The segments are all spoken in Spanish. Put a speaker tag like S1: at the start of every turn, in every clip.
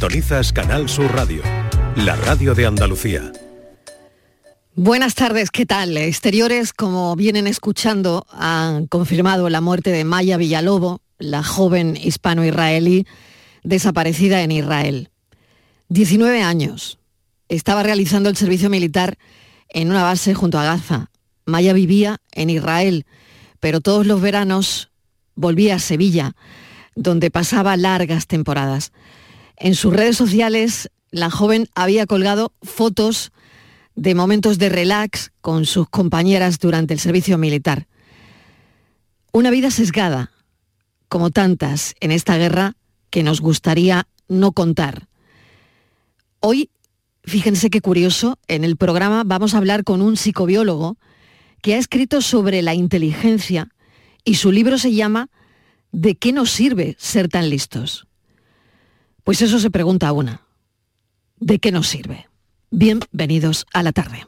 S1: Sintonizas Canal Sur Radio, la radio de Andalucía.
S2: Buenas tardes, ¿qué tal? Exteriores, como vienen escuchando, han confirmado la muerte de Maya Villalobo, la joven hispano-israelí desaparecida en Israel. 19 años. Estaba realizando el servicio militar en una base junto a Gaza. Maya vivía en Israel, pero todos los veranos volvía a Sevilla, donde pasaba largas temporadas. En sus redes sociales, la joven había colgado fotos de momentos de relax con sus compañeras durante el servicio militar. Una vida sesgada, como tantas en esta guerra que nos gustaría no contar. Hoy, fíjense qué curioso, en el programa vamos a hablar con un psicobiólogo que ha escrito sobre la inteligencia y su libro se llama ¿De qué nos sirve ser tan listos? Pues eso se pregunta una. ¿De qué nos sirve? Bienvenidos a la tarde.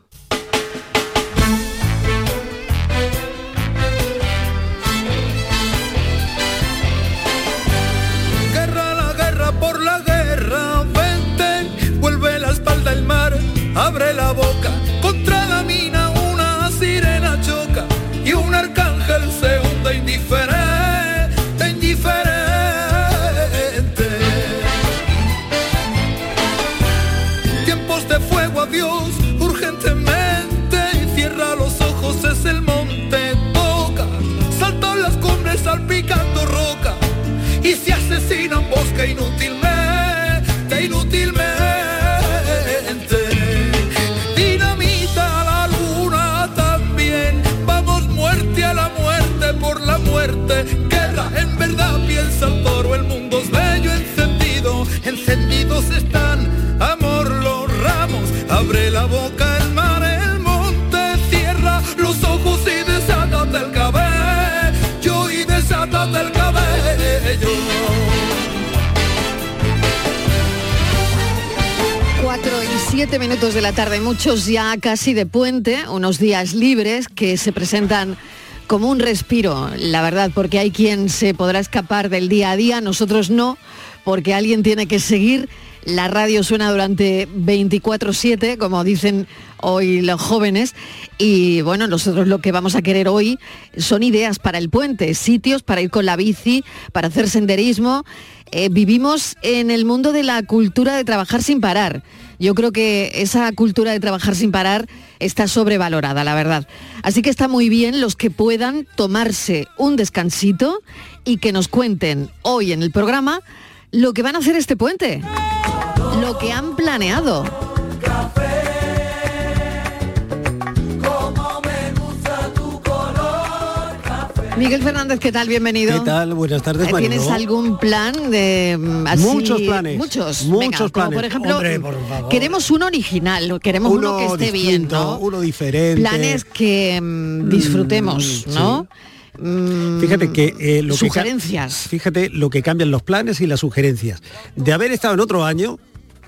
S3: Guerra, la guerra por la guerra, vente, vuelve la espalda el mar, abre la boca, contra la mina una sirena choca y un arcángel se hunde indiferente, indiferente. Tiempos de fuego, adiós, urgentemente, cierra los ojos, es el monte, toca, saltan las cumbres salpicando roca y se asesinan bosque inútilmente, inútilmente. Dinamita a la luna también, vamos muerte a la muerte por la muerte. Guerra, en verdad piensa el toro, el mundo es bello, encendido, encendidos están, amor, los ramos, abre la boca el mar, el monte, cierra los ojos y desátate el cabello y desátate el cabello.
S2: 4 y 7 minutos de la tarde, muchos ya casi de puente, unos días libres que se presentan como un respiro, la verdad, porque hay quien se podrá escapar del día a día, nosotros no, porque alguien tiene que seguir. La radio suena durante 24/7, como dicen hoy los jóvenes, y bueno, nosotros lo que vamos a querer hoy son ideas para el puente, sitios para ir con la bici, para hacer senderismo. Eh, vivimos en el mundo de la cultura de trabajar sin parar. Yo creo que esa cultura de trabajar sin parar está sobrevalorada, la verdad. Así que está muy bien los que puedan tomarse un descansito y que nos cuenten hoy en el programa lo que van a hacer este puente, lo que han planeado.
S3: Como me gusta tu color
S2: Miguel Fernández, ¿qué tal? Bienvenido.
S4: ¿Qué tal? Buenas tardes,
S2: Eh, ¿Tienes
S4: Mariló.
S2: algún plan de mm, así-
S4: Muchos planes,
S2: Muchos.
S4: muchos
S2: Venga, como
S4: planes.
S2: por ejemplo, mm,
S4: Hombre, por favor.
S2: queremos un original, queremos uno, que esté bien,
S4: distinto,
S2: ¿no?
S4: Uno diferente.
S2: Planes que mm, disfrutemos,
S4: Mm,
S2: ¿no? Mm,
S4: Fíjate que eh, lo que ca-
S2: sugerencias.
S4: fíjate lo que cambian los planes y las sugerencias. De haber estado en otro año,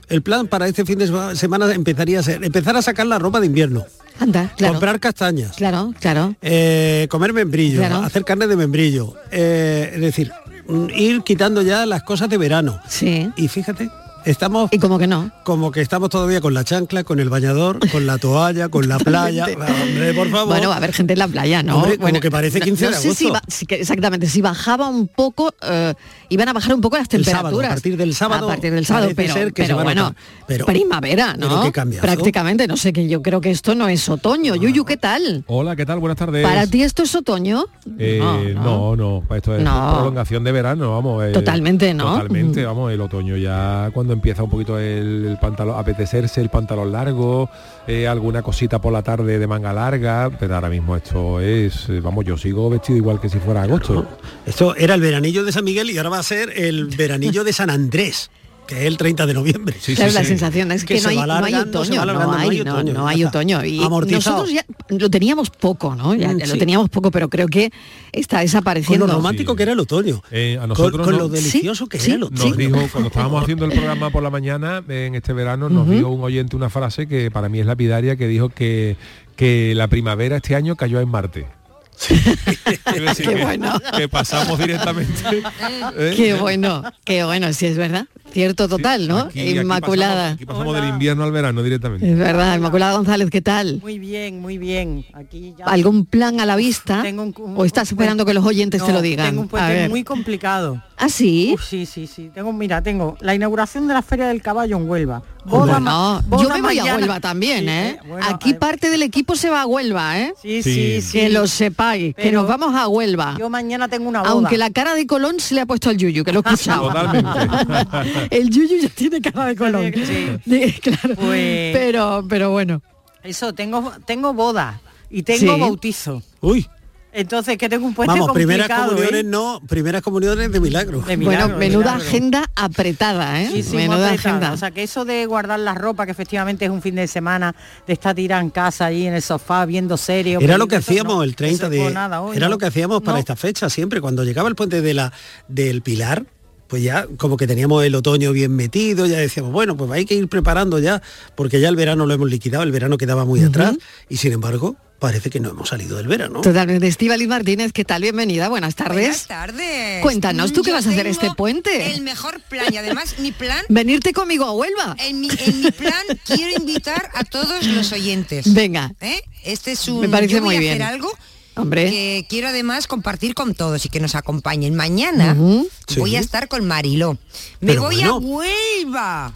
S4: el plan para este fin de sema- semana empezaría a ser empezar a sacar la ropa de invierno,
S2: Mm, Anda, claro,
S4: comprar castañas,
S2: claro, claro.
S4: eh, comer membrillo,
S2: Claro.
S4: hacer carne de membrillo, eh, es decir, mm, ir quitando ya las cosas de verano.
S2: Sí.
S4: Y fíjate, estamos
S2: Y como que no.
S4: como que estamos todavía con la chancla, con el bañador, con la toalla, con la playa. Ah, Hombre, por favor.
S2: Bueno, va a haber gente en la playa, ¿no?
S4: Hombre, como
S2: Bueno,
S4: que parece
S2: no-
S4: 15
S2: no,
S4: de
S2: sé si
S4: agosto.
S2: ba- si que- exactamente, si bajaba un poco, eh, iban a bajar un poco las
S4: El
S2: temperaturas.
S4: sábado, a partir del sábado
S2: A partir del sábado,
S4: parece
S2: pero,
S4: ser que se
S2: pero
S4: va a
S2: bueno,
S4: notar. Pero-
S2: primavera, ¿no?
S4: pero qué cambiazo.
S2: Prácticamente, no sé, que yo creo que esto no es otoño. Yuyu, ¿qué tal?
S5: Hola, ¿qué tal? Buenas
S4: Pues-
S5: tardes.
S2: ¿Para ti esto es otoño?
S5: Eh, no, no, pues esto es
S2: No.
S5: prolongación de verano, vamos. eh,
S2: Totalmente, ¿no?
S5: Totalmente, vamos, el otoño ya cuando empieza un poquito el, pantalón, apetecerse el pantalón largo, eh, alguna cosita por la tarde de manga larga, pero ahora mismo esto es, eh, vamos, yo sigo vestido igual que si fuera agosto.
S4: Esto era el veranillo de San Miguel y ahora va a ser el veranillo de San Andrés, que es el 30 de noviembre.
S2: Claro, la sensación es que, no, hay, no hay otoño, no hay, no, no hay otoño. Y
S4: Amortizado.
S2: nosotros ya lo teníamos poco, ¿no? Ya,
S4: Mm,
S2: ya lo
S4: sí.
S2: teníamos poco, pero creo que está
S4: Con
S2: desapareciendo.
S4: lo romántico que era el otoño.
S5: Eh, a
S4: Con-
S5: nosotros
S4: con,
S5: no.
S4: lo delicioso que
S2: Sí,
S4: era el
S5: Nos
S4: otoño.
S5: dijo, cuando estábamos haciendo el programa por la mañana, eh, en este verano, nos
S2: Ujú.
S5: dio un oyente una frase que para mí es lapidaria, que dijo que, que la primavera este año cayó en Marte. Sí. Quiero decir
S2: Qué
S5: que,
S2: bueno.
S5: que pasamos directamente. ¿eh?
S2: Qué bueno, qué bueno, sí es verdad. Cierto total, ¿no?
S5: Aquí- aquí
S2: Inmaculada.
S5: pasamos- Aquí pasamos, del invierno al verano directamente.
S2: es verdad, Inmaculada González, ¿qué tal?
S6: Muy bien, muy bien. Aquí ya
S2: ¿Algún plan a la vista?
S6: tengo un- un-
S2: ¿O estás
S6: un-
S2: esperando que los oyentes te
S6: No,
S2: lo digan?
S6: Tengo un
S2: a
S6: puente
S2: ver.
S6: muy complicado.
S2: ¿Ah, sí?
S6: Uf, sí, sí, sí. Tengo, mira, tengo la inauguración de la Feria del Caballo en Huelva. Boda ma-
S2: Bueno,
S6: boda
S2: yo me voy a
S6: mañana-
S2: Huelva también,
S6: Sí,
S2: ¿eh?
S6: bueno,
S2: Aquí
S6: a-
S2: parte del equipo se va a Huelva, ¿eh?
S6: Sí,
S5: Sí.
S6: sí, sí.
S2: Que lo sepáis, que
S6: Pero
S2: nos vamos a Huelva.
S6: Yo mañana tengo una boda.
S2: Aunque la cara de Colón se le ha puesto al Yuyu, que lo he escuchado.
S5: Totalmente.
S2: El Yuyu ya tiene cara de Colón.
S6: Sí.
S2: De- claro.
S6: Pues-
S2: Pero, pero bueno.
S6: Eso, tengo, tengo boda y tengo
S2: Sí.
S6: bautizo.
S4: Uy,
S6: Entonces, que tengo un puente
S4: vamos, primeras
S6: complicado, ¿eh?
S4: comuniones no, primeras comuniones de milagro.
S6: De milagro,
S2: bueno, menuda
S6: milagro.
S2: agenda apretada, ¿eh?
S6: Sí, sí, muy
S2: menuda
S6: apretada.
S2: agenda.
S6: O sea, que eso de guardar la ropa, que efectivamente es un fin de semana, de estar tirada en casa ahí en el sofá viendo series. o
S4: Era lo que
S6: películas,
S4: hacíamos
S6: no,
S4: el 30
S6: eso es
S4: de
S6: por nada hoy,
S4: Era
S6: ¿no?
S4: lo que hacíamos para
S6: No.
S4: esta fecha siempre cuando llegaba el puente de la del Pilar, pues ya como que teníamos el otoño bien metido, ya decíamos, bueno, pues hay que ir preparando ya porque ya el verano lo hemos liquidado, el verano quedaba muy atrás y sin embargo, parece que no hemos salido del verano.
S2: Totalmente. Estíbaliz Martínez, ¿qué tal? Bienvenida, buenas tardes.
S7: Buenas tardes.
S2: Cuéntanos, ¿tú qué
S7: Yo
S2: vas a hacer
S7: tengo
S2: este puente?
S7: El mejor plan y además mi plan,
S2: Venirte conmigo a Huelva.
S7: en mi, en mi plan quiero invitar a todos los oyentes.
S2: Venga.
S7: ¿Eh? Este es un
S2: Me parece
S7: yo voy
S2: muy
S7: a
S2: bien.
S7: hacer algo
S2: Hombre.
S7: que quiero además compartir con todos y que nos acompañen. Mañana
S2: Ujú.
S7: voy
S4: Sí.
S7: a estar con Mariló. Me
S4: Pero
S7: voy
S4: bueno.
S7: a Huelva.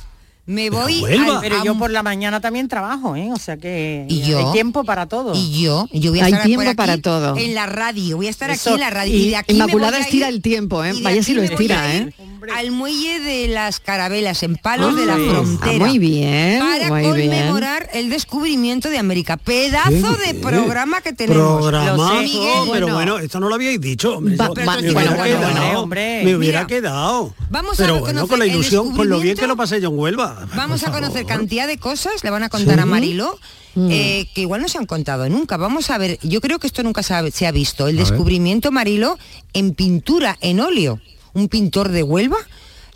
S7: Me voy
S4: Huelva.
S7: al-
S6: Pero yo
S7: a-
S6: por la mañana también trabajo, ¿eh? O sea que
S7: ¿Y yo?
S6: hay tiempo para todo.
S7: y yo, yo voy a
S2: Hay
S7: estar
S2: tiempo
S7: por aquí
S2: para todo.
S7: En la radio, voy a estar
S6: Eso,
S7: aquí en la radio.
S6: y
S7: Y de aquí me
S2: Inmaculada
S7: voy a
S2: estira
S7: ir-
S2: el tiempo, ¿eh?
S7: y de
S2: Vaya si
S7: aquí
S2: lo
S7: me voy
S2: estira,
S7: a ir
S2: ¿eh?
S7: Al muelle de las carabelas, en Palos
S2: Ah,
S7: de la
S2: sí.
S7: Frontera.
S2: Ah, muy bien,
S7: Para
S2: muy bien.
S7: conmemorar el descubrimiento de América. Pedazo de programa que tenemos.
S4: Programazo,
S7: Lo sé, Miguel.
S4: pero
S2: Bueno.
S4: bueno, esto no lo habíais dicho, hombre.
S2: Va-
S4: yo-
S7: va- bueno,
S4: me hubiera
S7: bueno,
S4: quedado,
S6: hombre.
S4: me hubiera
S7: Mira,
S4: quedado.
S7: vamos a
S4: pero bueno, con
S7: reconocer
S4: la
S7: el
S4: ilusión, con lo bien
S7: descubrimiento.
S4: que lo pasé yo en Huelva.
S7: Vamos
S4: Por
S7: a conocer
S4: favor.
S7: cantidad de cosas, le van a contar
S4: Sí.
S7: a Mariló, eh, que igual no se han contado nunca. Vamos a ver, yo creo que esto nunca se ha, se ha visto. El
S5: ver.
S7: descubrimiento, Mariló, en pintura, en óleo. Un pintor de Huelva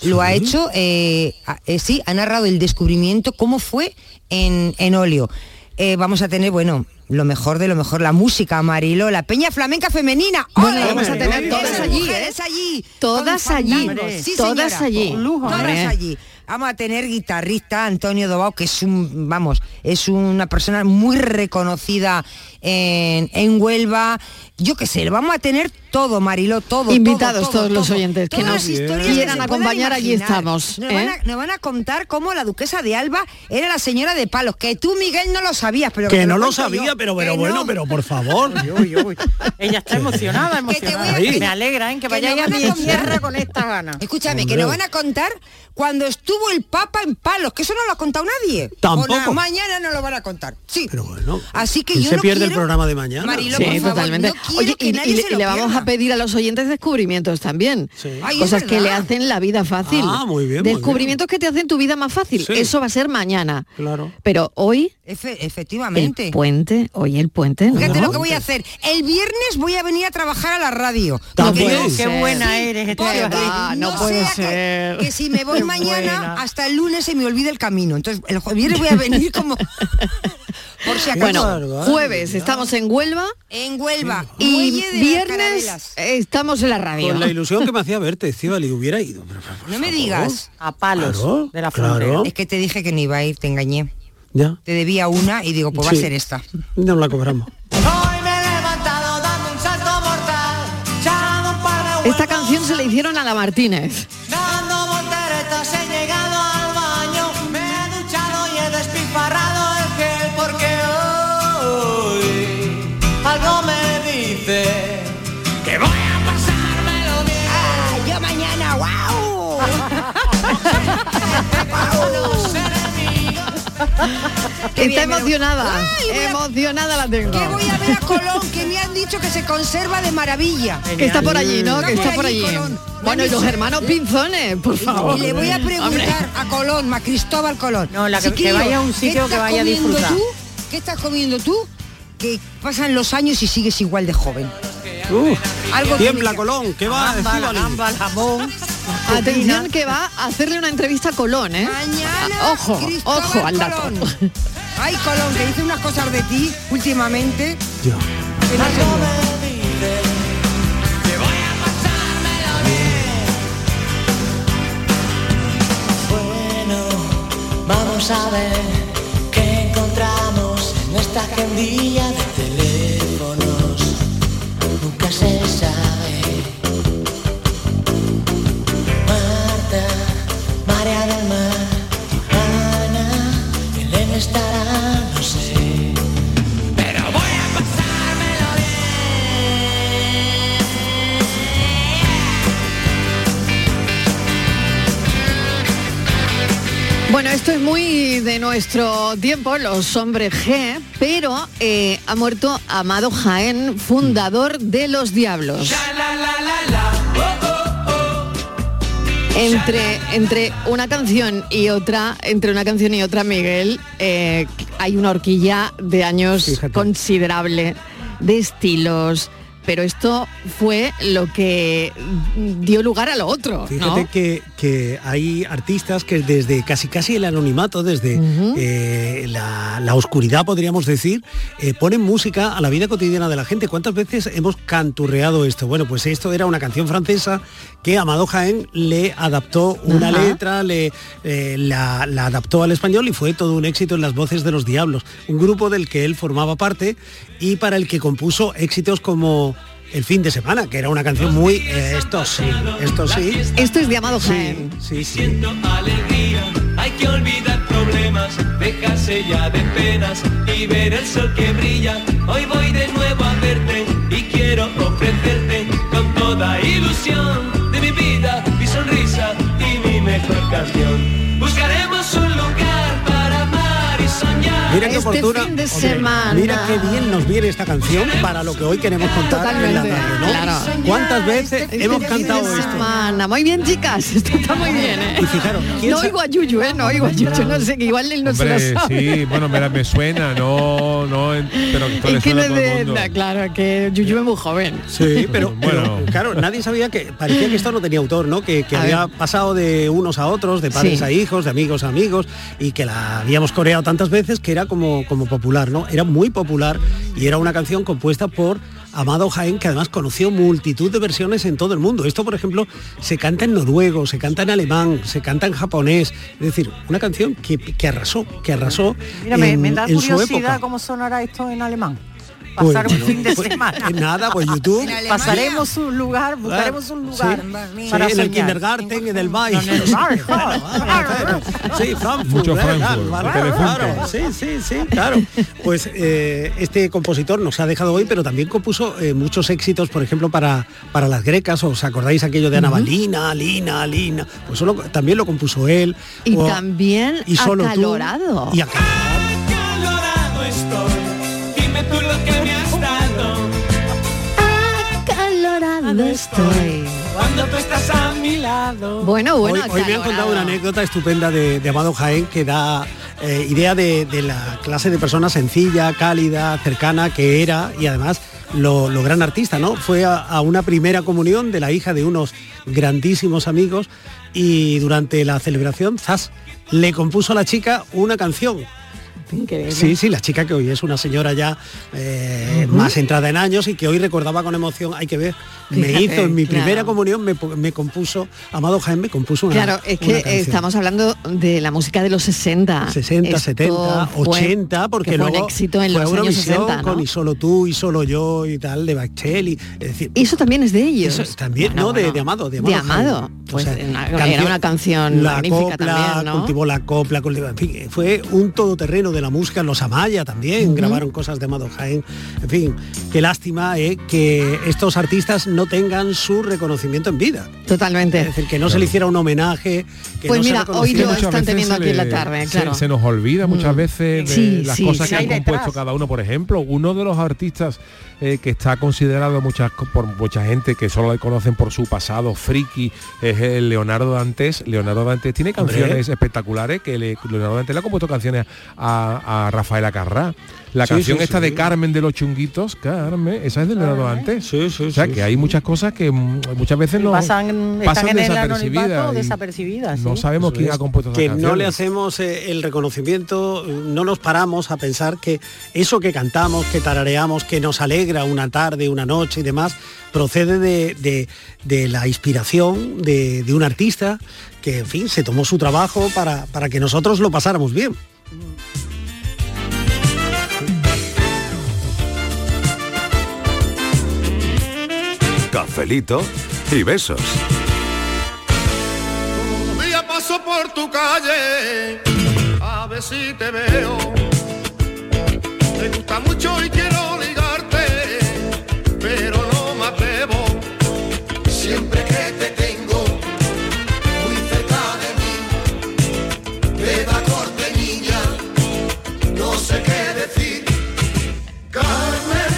S7: lo ha hecho, eh, a- eh, sí, ha narrado el descubrimiento, cómo fue en, en óleo. Eh, vamos a tener, bueno, lo mejor de lo mejor, la música, Mariló, la peña flamenca femenina.
S2: Bueno,
S7: ¡Ole!
S2: vamos a tener
S7: Esas
S2: todas allí, ¿eh?
S7: mujeres allí,
S2: Todas
S7: con
S2: allí,
S7: fandangos. Sí,
S2: todas
S7: señora.
S2: allí.
S7: Un lujo,
S2: Hombre.
S7: todas allí. Vamos a tener guitarrista Antonio Dobao, que es un, vamos, es una persona muy reconocida en, en Huelva. Yo qué sé, lo vamos a tener todo, Mariló, todo.
S2: Invitados
S7: todo, todo,
S2: todos los
S7: todo.
S2: oyentes que
S7: Todas
S2: nos
S7: las historias que
S2: quieran
S7: se puedan
S2: acompañar, allí
S7: imaginar.
S2: estamos,
S7: Nos,
S2: ¿eh?
S7: van a, nos van a contar cómo la duquesa de Alba era la señora de Palos, que tú, Miguel, no lo sabías, pero...
S4: Que
S7: te
S4: no lo
S7: cuento
S4: sabía,
S7: yo.
S4: pero bueno,
S7: Que no.
S4: bueno, pero por favor.
S6: Uy, uy, uy. Ella está emocionada,
S7: Que te voy a-
S6: emocionada.
S4: Sí.
S6: Me alegra, ¿eh? Que
S7: Que
S6: vayáis
S7: nos
S6: a
S7: van a
S6: mi
S7: contar.
S6: tierra con estas ganas.
S7: Escúchame, que nos van a contar cuando estuvo el Papa en palos, que eso no lo ha contado nadie.
S4: Tampoco.
S7: O na- mañana no lo van a contar. Sí.
S4: Pero bueno,
S7: Así que
S4: ¿quién
S7: yo
S4: se
S7: no
S4: pierde el
S7: quiero-
S4: programa de mañana?
S7: Mariló,
S2: Sí,
S7: por favor,
S2: totalmente.
S7: no quiero
S2: Oye,
S7: que
S2: y, y
S7: nadie
S2: le-
S7: se
S2: y
S7: lo
S2: le vamos a
S7: pierda.
S2: pedir a los oyentes descubrimientos también.
S4: Sí.
S7: Ay, es
S2: Cosas que le
S7: verdad.
S2: hacen la vida fácil.
S4: Ah, muy bien, muy
S2: descubrimientos que te hacen tu vida más fácil.
S4: Sí.
S2: Eso va a ser mañana.
S4: Claro.
S2: Pero hoy
S7: Efe-
S2: el
S7: efectivamente.
S2: puente, hoy el puente. ¿no?
S7: Fíjate lo que voy a hacer. El viernes voy a venir a trabajar a la radio. Porque-
S4: También. Qué
S6: Qué
S2: ser.
S6: buena eres,
S7: porque
S2: Qué
S6: Esteban. Ah,
S2: va, no puede
S7: sea que-
S2: ser.
S7: Que, si me voy
S6: Qué
S7: mañana,
S6: buena.
S7: hasta el lunes se me olvida el camino. Entonces, el jue- viernes voy a venir como... por si acaso.
S2: Bueno,
S4: barbaridad.
S2: jueves estamos en Huelva
S7: en Huelva.
S2: y
S7: Muelle de las
S2: viernes
S7: Carabelas.
S2: estamos en la radio.
S4: Con la ilusión que me hacía verte, Estivali, hubiera ido. pero, pero, por
S7: No me
S4: favor.
S7: digas.
S6: A palos
S4: Claro,
S6: de la
S4: claro.
S6: frontera.
S7: Es que te dije que no iba a ir, te engañé.
S4: Ya.
S7: Te debía una y digo, pues va
S4: Sí.
S7: a ser esta.
S4: No la cobramos.
S2: Esta canción se le hicieron a la Martínez.
S8: Dando volteretas he llegado al baño, me he duchado y he despilfarrado el gel porque hoy algo me dice que voy a pasármelo bien.
S7: Ah, yo mañana, wow. Qué
S2: Está
S7: bien, me lo-
S2: emocionada.
S7: Ay, voy a-
S2: Emocionada la tengo.
S7: Que voy a ver a Colón, que me han dicho que se conserva de maravilla.
S2: Que está por allí, ¿no?
S7: Está
S2: Que está
S7: por
S2: por allí.
S7: allí, Colón.
S2: Bueno, y los hermanos Pinzones, por favor.
S7: Y le voy a
S2: Hombre,
S7: preguntar a Colón, a Cristóbal Colón.
S6: No, la que- que
S7: Chiquillo,
S6: vaya a un
S7: ¿qué
S6: sitio que
S7: estás
S6: vaya a
S7: comiendo
S6: disfrutar.
S7: tú? ¿Qué estás comiendo tú? Que pasan los años y sigues igual de joven. Algo
S4: Uh, Tiembla
S7: tiene que-
S4: Colón, que va,
S6: Gamba, la
S4: Estíbaliz?
S6: gamba, el jamón.
S2: Atención que va a hacerle una entrevista a Colón, ¿eh?
S7: Mañana,
S2: Ah, Ojo,
S7: Cristóbal
S2: ojo al dato.
S7: Colón. Ay, Colón, que dice unas cosas de ti últimamente.
S4: Ya.
S7: que no se puede.
S9: a ver qué encontramos en esta agendilla de teléfonos. Nunca se sabe. Marta, María del Mar, Ana, Belén estará, no sé. Pero voy a pasármelo bien.
S2: Bueno, esto es muy de nuestro tiempo, los hombres G, pero eh, ha muerto Amado Jaén, fundador de Los Diablos. Entre, entre una canción y otra, entre una canción y otra, Miguel, eh, hay una horquilla de años considerable, de estilos, pero esto fue lo que dio lugar a lo otro. ¿no?
S4: Fíjate que, que hay artistas que desde casi casi el anonimato, desde eh, la, la oscuridad, podríamos decir, eh, ponen música a la vida cotidiana de la gente. ¿Cuántas veces hemos canturreado esto? Bueno, pues esto era una canción francesa que Amado Jaén le adaptó una
S10: Ajá.
S4: letra, le, eh, la, la adaptó al español y fue todo un éxito en las voces de los diablos, un grupo del que él formaba parte y para el que compuso éxitos como... El fin de semana, que era una canción muy... eh, esto sí, esto sí.
S2: Esto es de Amado Jaén.
S4: Sí, sí.
S11: alegría, hay que olvidar problemas, dejarse ya de penas y ver el sol que brilla. Hoy voy de nuevo a verte y quiero ofrecerte con toda ilusión de mi vida, mi sonrisa y mi mejor canción. Buscaremos un lugar para amar y soñar.
S2: Este
S4: Mira qué oportuna. hombre, Mira qué bien nos viene esta canción para lo que hoy queremos contar en la
S2: Totalmente,
S4: radio, ¿no?
S2: claro. Este
S4: ¿Cuántas veces hemos cantado
S2: Fin de
S4: esto?
S2: semana. Muy bien, chicas. Esto está muy bien, ¿eh?
S4: Y fijaros, ¿quién
S2: No
S4: sa-
S2: oigo a Yuyu, ¿eh? No oigo a Yuyu. No sé, que igual él no se
S5: Hombre,
S2: lo sabe.
S5: sí, bueno, me, la- me suena, no, no, en- pero esto le
S2: Es que no
S5: suena a
S2: es
S5: todo el
S2: de...
S5: mundo.
S2: no, claro, que Yuyu es muy joven.
S4: Sí, pero, pero, claro, nadie sabía que parecía que esto no tenía autor, ¿no? Que, que
S2: A
S4: había pasado de unos a otros, de padres
S2: Sí.
S4: a hijos, de amigos a amigos, y que la habíamos coreado tantas veces que era como, como popular, ¿no? Era muy popular y era una canción compuesta por Amado Jaén, que además conoció multitud de versiones en todo el mundo. Esto, por ejemplo, se canta en noruego, se canta en alemán, se canta en japonés. Es decir, una canción que, que arrasó, que arrasó
S6: Mira, me,
S4: en,
S6: me da
S4: en su época.
S6: curiosidad cómo sonará esto en alemán. Pasar
S4: Pues,
S6: un fin de
S4: pues,
S6: semana.
S4: nada, pues YouTube. En Alemania.
S6: Pasaremos un lugar, buscaremos un lugar
S4: Sí,
S6: para
S4: en el
S6: soñar.
S4: kindergarten, en el baile. Sí, Frankfurt.
S5: Mucho
S4: eh, claro,
S5: Frankfurt,
S4: claro,
S5: Telefunken.
S4: claro, sí, sí, sí, claro. Pues eh, este compositor nos ha dejado hoy, pero también compuso eh, muchos éxitos, por ejemplo, para, para las grecas. ¿Os acordáis aquello de Ana Balina, Lina, Lina? Pues solo, también lo compuso él.
S2: Y
S4: O-
S2: también
S4: y solo tú.
S2: acalorado.
S4: Y acá-
S11: Acalorado estoy, dime tú lo que me has dado.
S2: Acalorado estoy.
S11: Cuando tú estás a mi lado.
S2: Bueno, bueno,
S4: hoy, hoy me han
S2: acalorado.
S4: contado una anécdota estupenda de, de Amado Jaén que da eh, idea de, de la clase de persona sencilla, cálida, cercana que era y además lo, lo gran artista, ¿no? Fue a, a una primera comunión de la hija de unos grandísimos amigos y durante la celebración, Zas le compuso a la chica una canción.
S2: Increíble.
S4: Sí, sí, la chica que hoy es una señora ya eh, más entrada en años y que hoy recordaba con emoción, hay que ver, me
S2: Fíjate,
S4: hizo en mi
S2: claro.
S4: primera comunión, me, pu- me compuso, Amado Jaén me compuso una
S2: Claro, es que
S4: una canción.
S2: estamos hablando de la música de los 60.
S4: 60,
S2: Esto
S4: 70,
S2: fue-
S4: 80, porque
S2: que fue
S4: luego
S2: un éxito en los
S4: fue
S2: años
S4: Eurovisión
S2: 60, ¿no?
S4: con Y solo tú, y solo yo y tal, de Bacheli, es decir...
S2: Eso también es de ellos.
S4: Eso también,
S2: Bueno,
S4: no, de-
S2: bueno.
S4: de, Amado, de
S2: De
S4: Amado.
S2: Amado.
S4: Jaén. O
S2: Pues
S4: sea,
S2: una- era
S4: canción-
S2: una canción
S4: la
S2: magnífica
S4: copla,
S2: también, ¿no?
S4: cultivó la copla, cultivó, en fin, fue un todoterreno de la música, los Amaya también grabaron cosas de Amado Jaén, en fin, qué lástima eh, que estos artistas no tengan su reconocimiento en vida,
S2: Totalmente.
S4: es decir, que no se le hiciera un homenaje, que
S2: Pues
S4: no se
S2: mira, hoy
S4: reconociera.
S2: lo
S5: Muchas
S2: están
S5: veces
S2: teniendo
S5: se
S2: aquí en la
S5: le-
S2: tarde,
S5: se-
S2: claro. Mm.
S5: Se, nos olvida muchas veces de
S2: Sí,
S5: las
S2: sí,
S5: cosas
S2: sí.
S5: que han
S2: Hay
S5: compuesto
S2: detrás.
S5: cada uno. Por ejemplo, uno de los artistas eh, que está considerado muchas, co- por mucha gente que solo le conocen por su pasado friki es el Leonardo Dantes. Leonardo Dantes tiene
S4: Hombre.
S5: canciones espectaculares que le- Leonardo Dantes le ha compuesto canciones a, a Rafael Acarrá. La
S4: Sí,
S5: canción
S4: sí,
S5: esta
S4: sí.
S5: de Carmen de los Chunguitos, Carmen, esa es de Leonardo Dantes. o sea que hay muchas cosas que mm, muchas veces no
S6: Pasan,
S5: pasan
S6: están en el
S5: desapercibidas
S6: anonimato
S5: y
S6: desapercibidas.
S5: no
S6: sí.
S5: sabemos
S4: Eso
S5: quién
S4: es,
S5: ha compuesto esas
S4: que no le
S5: canciones.
S4: hacemos eh, el reconocimiento no nos paramos a pensar que eso que cantamos que tarareamos que nos alegra una tarde una noche y demás procede de, de- de la inspiración de, de un artista que, en fin, se tomó su trabajo para, para que nosotros lo pasáramos bien.
S1: Cafelito y besos.
S3: Un día paso por tu calle, a ver si te veo. Te gusta mucho y quiero ligarte, pero no me atrevo. Siempre que te tengo muy cerca de mí, me da corte niña, no sé qué decir. Carmen,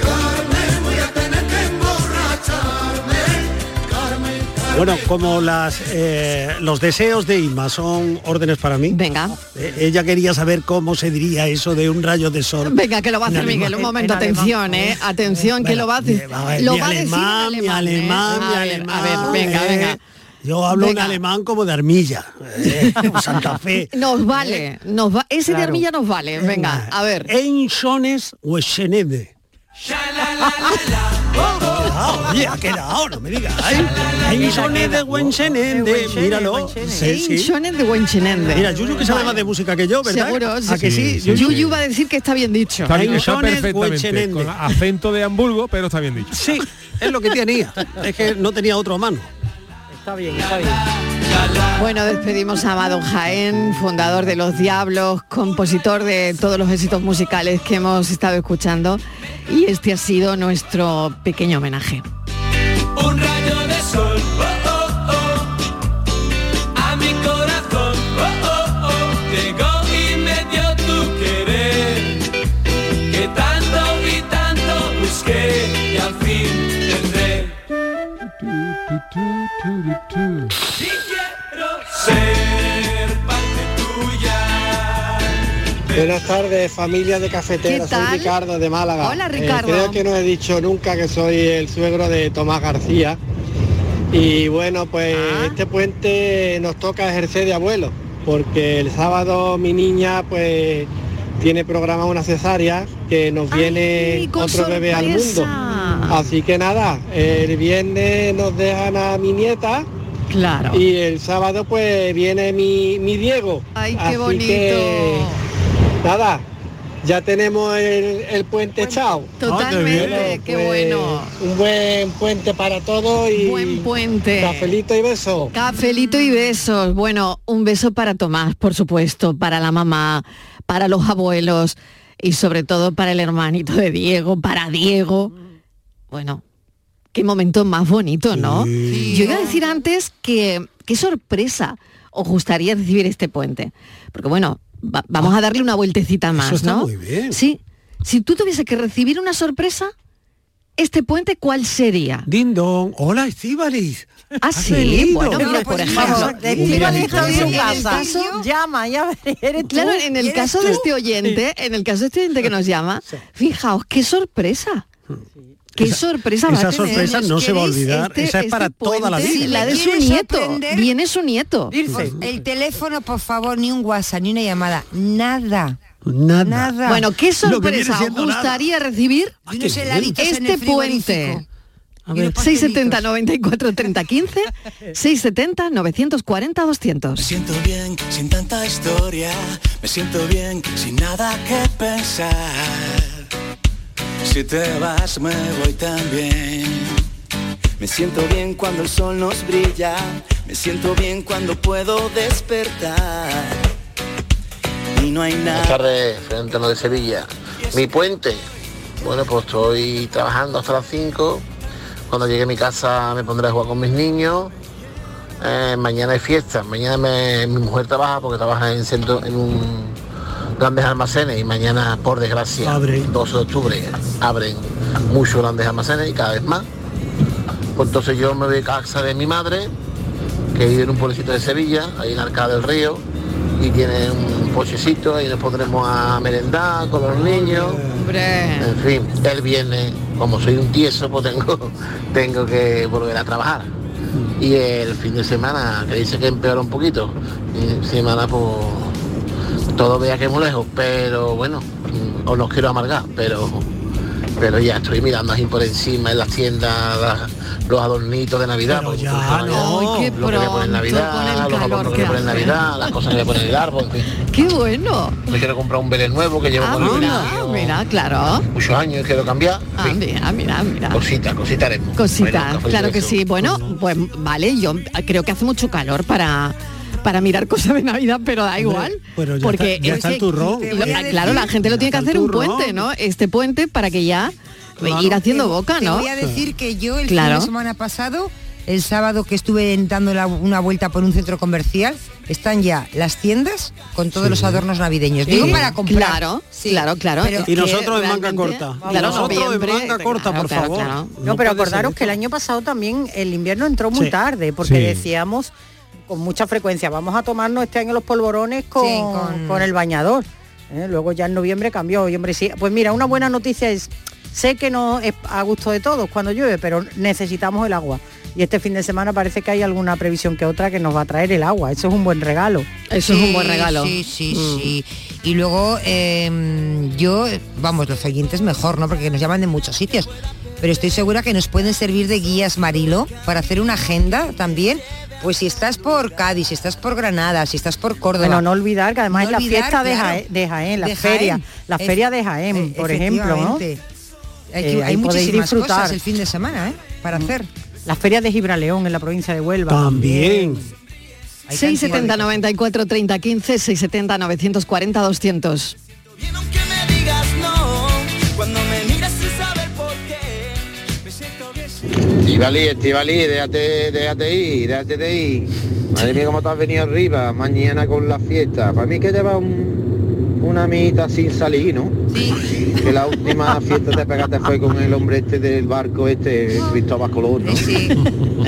S3: Carmen, voy a tener que emborracharme. Carmen,
S4: Bueno, como las, eh, los deseos de Inma son órdenes para mí. eh,
S2: Venga.
S4: ella quería saber cómo se diría eso de un rayo de sol.
S2: Venga, que lo va a
S4: En
S2: hacer
S4: alemán.
S2: Miguel. Un momento, atención, ¿eh? Atención, que lo va a hacer.
S4: ver,
S2: Lo
S4: mi
S2: va a decir en
S4: alemán, mi alemán,
S2: ¿eh?
S4: mi
S2: A ver,
S4: alemán.
S2: A ver, venga,
S4: eh.
S2: venga.
S4: Yo hablo
S2: Venga.
S4: un alemán como de armilla, eh, como Santa Fe.
S2: Nos vale, nos va, ese de
S4: Claro.
S2: armilla nos vale. Venga, a ver.
S4: Einshones o Schenede. Ah, oye, ha quedado, no me ¿eh? digas. Ay, Einshones de Wenschenende, míralo. Sí, sí.
S2: Einshones de Wenchenende.
S4: Mira, Yuyu que sabe más de música que yo, ¿verdad?
S2: Seguro.
S4: ¿A que sí?
S2: Yuyu
S4: Yuyu?
S2: va a decir que está bien dicho.
S5: Está, bien, está
S4: Einshones
S5: perfectamente,
S4: Goetzenende.
S5: con acento de Hamburgo, pero está bien dicho.
S4: Sí, es lo que tenía. Es que no tenía otro a mano.
S2: Ah,
S6: Está bien, está bien.
S2: Bueno, despedimos a Amado Jaén, fundador de Los Diablos, compositor de todos los éxitos musicales que hemos estado escuchando. Y este ha sido nuestro pequeño homenaje.
S11: un rayo de sol, oh, oh, oh, a mi corazón, oh, oh, oh, llegó y me dio tu querer, que tanto y tanto busqué y al fin tendré. Y quiero ser parte tuya.
S10: Buenas tardes, familia de cafetera.
S2: ¿Qué
S10: Soy
S2: tal?
S10: Ricardo de Málaga.
S2: Hola,
S10: Eh,
S2: Ricardo.
S10: creo que no he dicho nunca que soy el suegro de Tomás García. Y bueno, pues
S2: Ah.
S10: este puente nos toca ejercer de abuelo, porque el sábado mi niña pues tiene programada una cesárea que nos viene otro bebé al mundo. Así que nada, el viernes nos dejan a mi nieta.
S2: Claro.
S10: Y el sábado pues viene mi, mi Diego.
S2: Ay, qué
S10: Así
S2: bonito.
S10: que, nada, ya tenemos el, el puente chao.
S2: Ah, Totalmente, qué bueno.
S10: pues, Un buen puente para todos y
S2: Buen puente.
S10: cafelito y beso.
S2: Cafelito y besos. Bueno, un beso para Tomás, por supuesto, para la mamá, para los abuelos y sobre todo para el hermanito de Diego, para Diego. Bueno, qué momento más bonito, ¿no? Yo iba a decir antes que qué sorpresa os gustaría recibir este puente. Porque bueno, va- vamos a darle una vueltecita más,
S4: está
S2: ¿no?
S4: muy bien.
S2: Sí. Si tú tuviese que recibir una sorpresa, este puente, ¿cuál sería?
S4: Ding dong. Hola, Estíbalis.
S2: Ah,
S4: Has
S2: sí,
S4: venido.
S2: bueno, mira, por ejemplo.
S6: de Estíbaliz está en su
S2: En el
S6: casa.
S2: caso-
S6: Llama, ya eres tú.
S2: Claro, en el
S6: ¿Eres
S2: caso
S6: tú?
S2: de este oyente, en el caso de este oyente que nos llama, fijaos, qué sorpresa. Qué sorpresa va a
S4: Hmm. esa
S2: tener.
S4: sorpresa no se va a olvidar, esa es para toda la
S2: este- puente
S4: vida.
S2: y la de
S7: ¿Me
S2: su
S7: quieres
S2: nieto.
S7: sorprender?
S2: Viene su nieto.
S7: Por- el teléfono, por favor, ni un WhatsApp, ni una llamada, nada.
S4: Nada.
S7: Nada.
S2: Bueno, qué
S4: Lo que viene
S2: sorpresa. ¿Os
S4: siendo nada.
S2: gustaría recibir
S7: Y unos
S4: qué bien.
S7: heladitos en el
S2: este puente?
S7: frigorífico. Y unos pastelitos.
S2: 670 94 30 15 670 940 200
S9: Me siento bien sin tanta historia, me siento bien sin nada que pensar. Si te vas me voy también. Me siento bien cuando el sol nos brilla, me siento bien cuando puedo despertar. Y no hay
S12: Buenas
S9: nada.
S12: tardes, frente de Sevilla. Mi puente. Bueno, pues estoy trabajando hasta las 5. Cuando llegue a mi casa me pondré a jugar con mis niños. Eh, mañana es fiesta. Mañana me- mi mujer trabaja porque trabaja en centro en un grandes almacenes y mañana, por desgracia, 12 de octubre, abren muchos grandes almacenes y cada vez más. Pues entonces yo me voy a casa de mi madre, que vive en un pueblecito de Sevilla, ahí en Arcada del Río, y tiene un pochecito y nos pondremos a merendar con los niños. En fin, el viernes, como soy un tieso, pues tengo, tengo que volver a trabajar. Y el fin de semana, que dice que empeora un poquito, y semana pues todo vea que es muy lejos, pero bueno, mm, os los quiero amargar, pero Pero ya estoy mirando así por encima en las tiendas las- los adornitos de Navidad. porque justo mañana
S2: Ay, qué
S12: lo que voy a poner en
S2: pronto, con el
S12: Navidad, los
S2: calor
S12: adornos que
S2: que
S12: voy a poner en
S2: hace.
S12: Navidad, las cosas que voy a poner en el árbol, en fin.
S2: ¡Qué bueno!
S12: Me quiero comprar un Belén nuevo que llevo
S2: Ah,
S12: con el
S2: mira, mira, claro.
S12: muchos años y quiero cambiar.
S2: Ah, mira, mira, mira.
S12: Cosita, cosita haremos.
S2: Cositas,
S12: Bueno, café y
S2: claro que
S12: beso.
S2: sí. Bueno, pues vale, yo creo que hace mucho calor para para mirar cosas de Navidad, pero da igual.
S4: pero ya
S2: porque
S4: está- ya está el
S2: que-
S4: turrón.
S2: lo-
S4: Te voy a
S2: claro, la
S4: decir,
S2: gente lo tiene que
S4: está el
S2: hacer un
S4: turrón.
S2: puente, ¿no? Este puente para que ya ir haciendo boca,
S7: Te
S2: ¿no?
S7: voy a decir que yo el fin
S2: Claro.
S7: de semana pasado, el sábado que estuve dando la- una vuelta por un centro comercial, están ya las tiendas con todos los adornos navideños.
S2: Sí.
S7: Digo para comprar.
S2: Claro, claro, claro.
S7: Pero
S2: Es
S4: Y
S2: que
S4: nosotros en manga
S2: realmente-
S4: corta. Y
S2: Claro,
S4: nosotros en
S2: noviembre,
S4: manga corta,
S2: claro,
S4: por
S2: claro,
S4: favor.
S2: claro.
S6: No, pero
S4: puede ser
S6: acordaros
S4: esto.
S6: que el año pasado también el invierno entró muy
S4: Sí.
S6: tarde, porque
S4: Sí.
S6: decíamos con mucha frecuencia, vamos a tomarnos este año los polvorones con, con... el bañador. ¿eh? Luego ya en noviembre cambió, y hombre, sí. Pues mira, una buena noticia es, sé que no es a gusto de todos cuando llueve, pero necesitamos el agua. Y este fin de semana parece que hay alguna previsión que otra que nos va a traer el agua. Eso es un buen regalo.
S7: Sí, Sí, sí,
S6: Mm.
S7: sí. Y luego eh, yo, vamos, los oyentes mejor, ¿no? Porque nos llaman de muchos sitios. Pero estoy segura que nos pueden servir de guías, Marilo, para hacer una agenda también. Pues si estás por Cádiz, si estás por Granada, si estás por Córdoba.
S6: Bueno, no olvidar que además
S7: No
S6: es la
S7: olvidar,
S6: fiesta de,
S7: claro,
S6: Jaén, de Jaén, la
S7: de
S6: feria,
S7: Jaén.
S6: la
S7: Es-
S6: feria de Jaén,
S7: e-
S6: por ejemplo, ¿no?
S7: efectivamente. Hay,
S6: Eh,
S7: que- hay
S6: ahí podéis
S7: muchísimas
S6: disfrutar. Mm.
S7: cosas el fin de semana, ¿eh? Para hacer.
S6: La feria de Gibraleón en la provincia de Huelva.
S4: También.
S2: 670 94 30 15 670 940 200.
S8: digas no cuando me miras sin saber por qué. Me siento bien sin-
S13: Estivali, Estivali, déjate, déjate ir, déjate de ir. Madre mía, cómo te has venido arriba, mañana con la fiesta. Para mí que lleva un- una amiguita sin salir, ¿no? Sí. Que la última fiesta te pegaste fue con el hombre este del barco este, Cristóbal Colón, ¿no? Sí.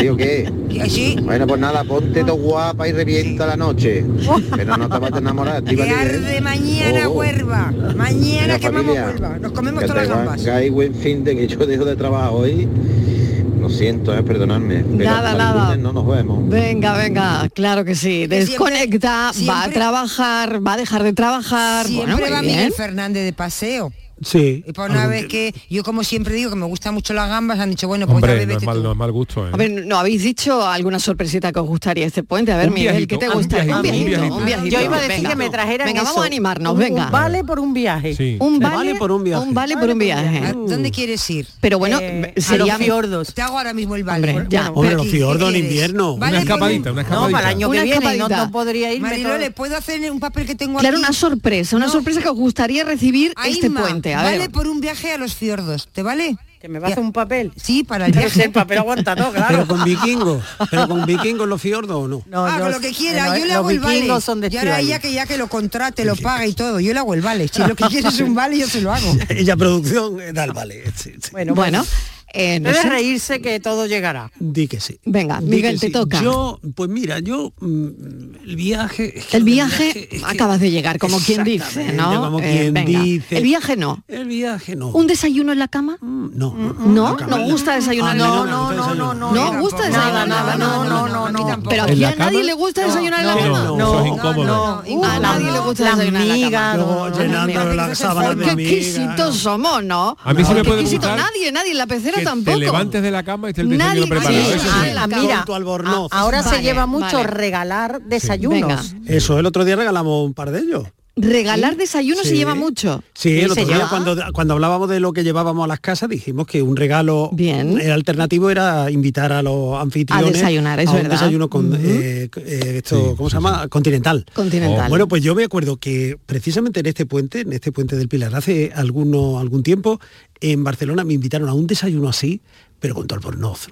S13: ¿Digo qué?
S7: Sí.
S13: Bueno, pues nada, ponte dos guapa y revienta la noche. Pero no te vas a enamorar, Estivali. ¿eh?
S7: De mañana,
S13: Oh, oh.
S7: Huelva. Mañana
S13: Mira,
S7: quemamos
S13: familia,
S7: Huelva. Nos comemos
S13: que
S7: todas las
S13: te
S7: gambas.
S13: hagáis buen fin de que yo dejo de trabajo hoy. Lo siento, eh, perdonadme. Pero
S2: Nada,
S13: hasta el
S2: nada.
S13: lunes no nos vemos.
S2: Venga, venga, claro que sí. Desconecta, va a trabajar, va a dejar de trabajar.
S7: Siempre
S2: bueno, muy
S7: va
S2: bien.
S7: Miguel Fernández de paseo.
S4: Sí.
S7: Y por una vez que yo como siempre digo que me gustan mucho las gambas, han dicho, bueno, pues una
S5: Hombre,
S7: vez
S5: no es,
S7: vete
S5: mal,
S7: tú.
S5: no es mal gusto, ¿eh?
S2: A ver, ¿no habéis dicho alguna sorpresita que os gustaría este puente? A ver,
S5: Un
S2: Miguel,
S5: viajito,
S2: ¿qué te
S5: un
S2: gustaría?
S5: viajito, un viajito.
S6: Pues, Yo iba a decir
S2: venga.
S6: que me trajeran
S2: Venga, vamos
S6: eso,
S2: a animarnos,
S6: un-
S2: venga.
S6: Un vale por un viaje.
S2: Un vale, Un vale por un viaje.
S6: Uh.
S7: ¿Dónde quieres ir?
S2: Pero bueno,
S7: Eh,
S2: sería...
S7: a los fiordos. Te hago ahora mismo el vale. pues
S2: Hombre, ya.
S4: Hombre, los fiordos en invierno.
S7: Vale, Una escapadita,
S5: una
S6: escapadita. para el año que
S2: Una
S6: viene no-
S2: escapadita.
S6: no podría irme
S7: Marilo,
S6: todo-
S7: ¿le puedo hacer un papel que tengo
S2: Claro,
S7: aquí?
S2: una sorpresa, una sorpresa que os gustaría recibir
S7: Ay,
S2: este
S7: ma,
S2: puente. A
S7: vale
S2: ver.
S7: por un viaje a los fiordos, ¿te vale?
S6: ¿Que me vas a hacer un papel?
S7: Sí, para el
S6: Pero si
S7: viaje.
S6: el papel aguanta todo, claro.
S4: Pero con vikingos, pero con vikingos los fiordos o no.
S6: No,
S7: ah,
S6: yo-
S7: con lo que quiera,
S6: bueno,
S7: yo le
S6: los
S7: hago el vale.
S6: vikingos son de
S7: y ahora
S6: Estivali.
S7: ella que ya que lo contrate, lo paga y todo, yo le hago el vale. Si lo que quieres es un vale, yo se lo hago.
S4: Ella producción eh, da el vale. Sí, sí.
S6: Bueno, pues.
S2: Bueno, eh, no
S6: Debe
S2: sé.
S6: reírse que todo llegará.
S4: Di que sí.
S2: Venga,
S4: Di
S2: Miguel,
S4: que
S2: te
S4: sí.
S2: toca.
S4: Yo, pues mira, yo mm, el viaje. es que
S2: el
S4: lo del
S2: viaje
S4: es que-
S2: acabas de llegar, como quien dice,
S4: Exactamente,
S2: ¿no?
S4: Como
S2: Eh,
S4: quien
S2: venga.
S4: dice.
S2: El viaje no.
S4: El viaje no.
S2: ¿Un desayuno en la cama?
S4: No,
S2: no,
S4: acaba
S2: no
S4: en la-
S2: gusta desayunar.
S4: A mí
S2: No,
S4: me
S2: no,
S4: gusta desayunar.
S2: no, no gusta desayunar.
S6: Nada, no, no, no, no.
S2: Pero
S5: ¿En
S2: aquí
S5: la
S2: a nadie
S5: cama?
S2: le gusta desayunar en la
S5: no,
S2: cama.
S5: no, no, eso es incómodo.
S2: Uh, a nadie le gusta
S6: Las
S2: desayunar en la cama.
S6: migas,
S4: Luego llenando las sábanas de
S2: Qué
S4: miga.
S2: exquisitos somos, ¿no?
S5: A mí sí me
S2: Qué
S5: puede
S2: exquisito,
S5: gustar
S2: nadie, nadie, en la pecera
S5: que
S2: tampoco.
S5: te levantes de la cama y esté el
S2: Nadie
S5: desayuno
S2: que-
S5: preparado.
S2: Sí,
S5: eso
S2: ah,
S5: sí.
S2: la-
S4: Con
S6: Mira,
S4: tu albornoz.
S6: a- ahora
S2: Vale,
S6: se lleva mucho
S2: vale.
S6: regalar desayunos.
S4: Eso, el otro día regalamos un par de ellos.
S2: Regalar desayuno se
S4: Sí.
S2: lleva mucho.
S4: Sí, el otro
S6: se
S4: día
S6: lleva.
S4: cuando, cuando hablábamos de lo que llevábamos a las casas dijimos que un regalo
S2: Bien.
S4: eh, alternativo era invitar a los anfitriones
S2: A desayunar, es
S4: a un
S2: verdad.
S4: desayuno con eh, eh, esto, ¿cómo se llama? Continental.
S2: Continental.
S4: Bueno, pues yo me acuerdo que precisamente en este puente, en este puente del Pilar, hace alguno, algún tiempo, en Barcelona me invitaron a un desayuno así, pero con tu albornoz.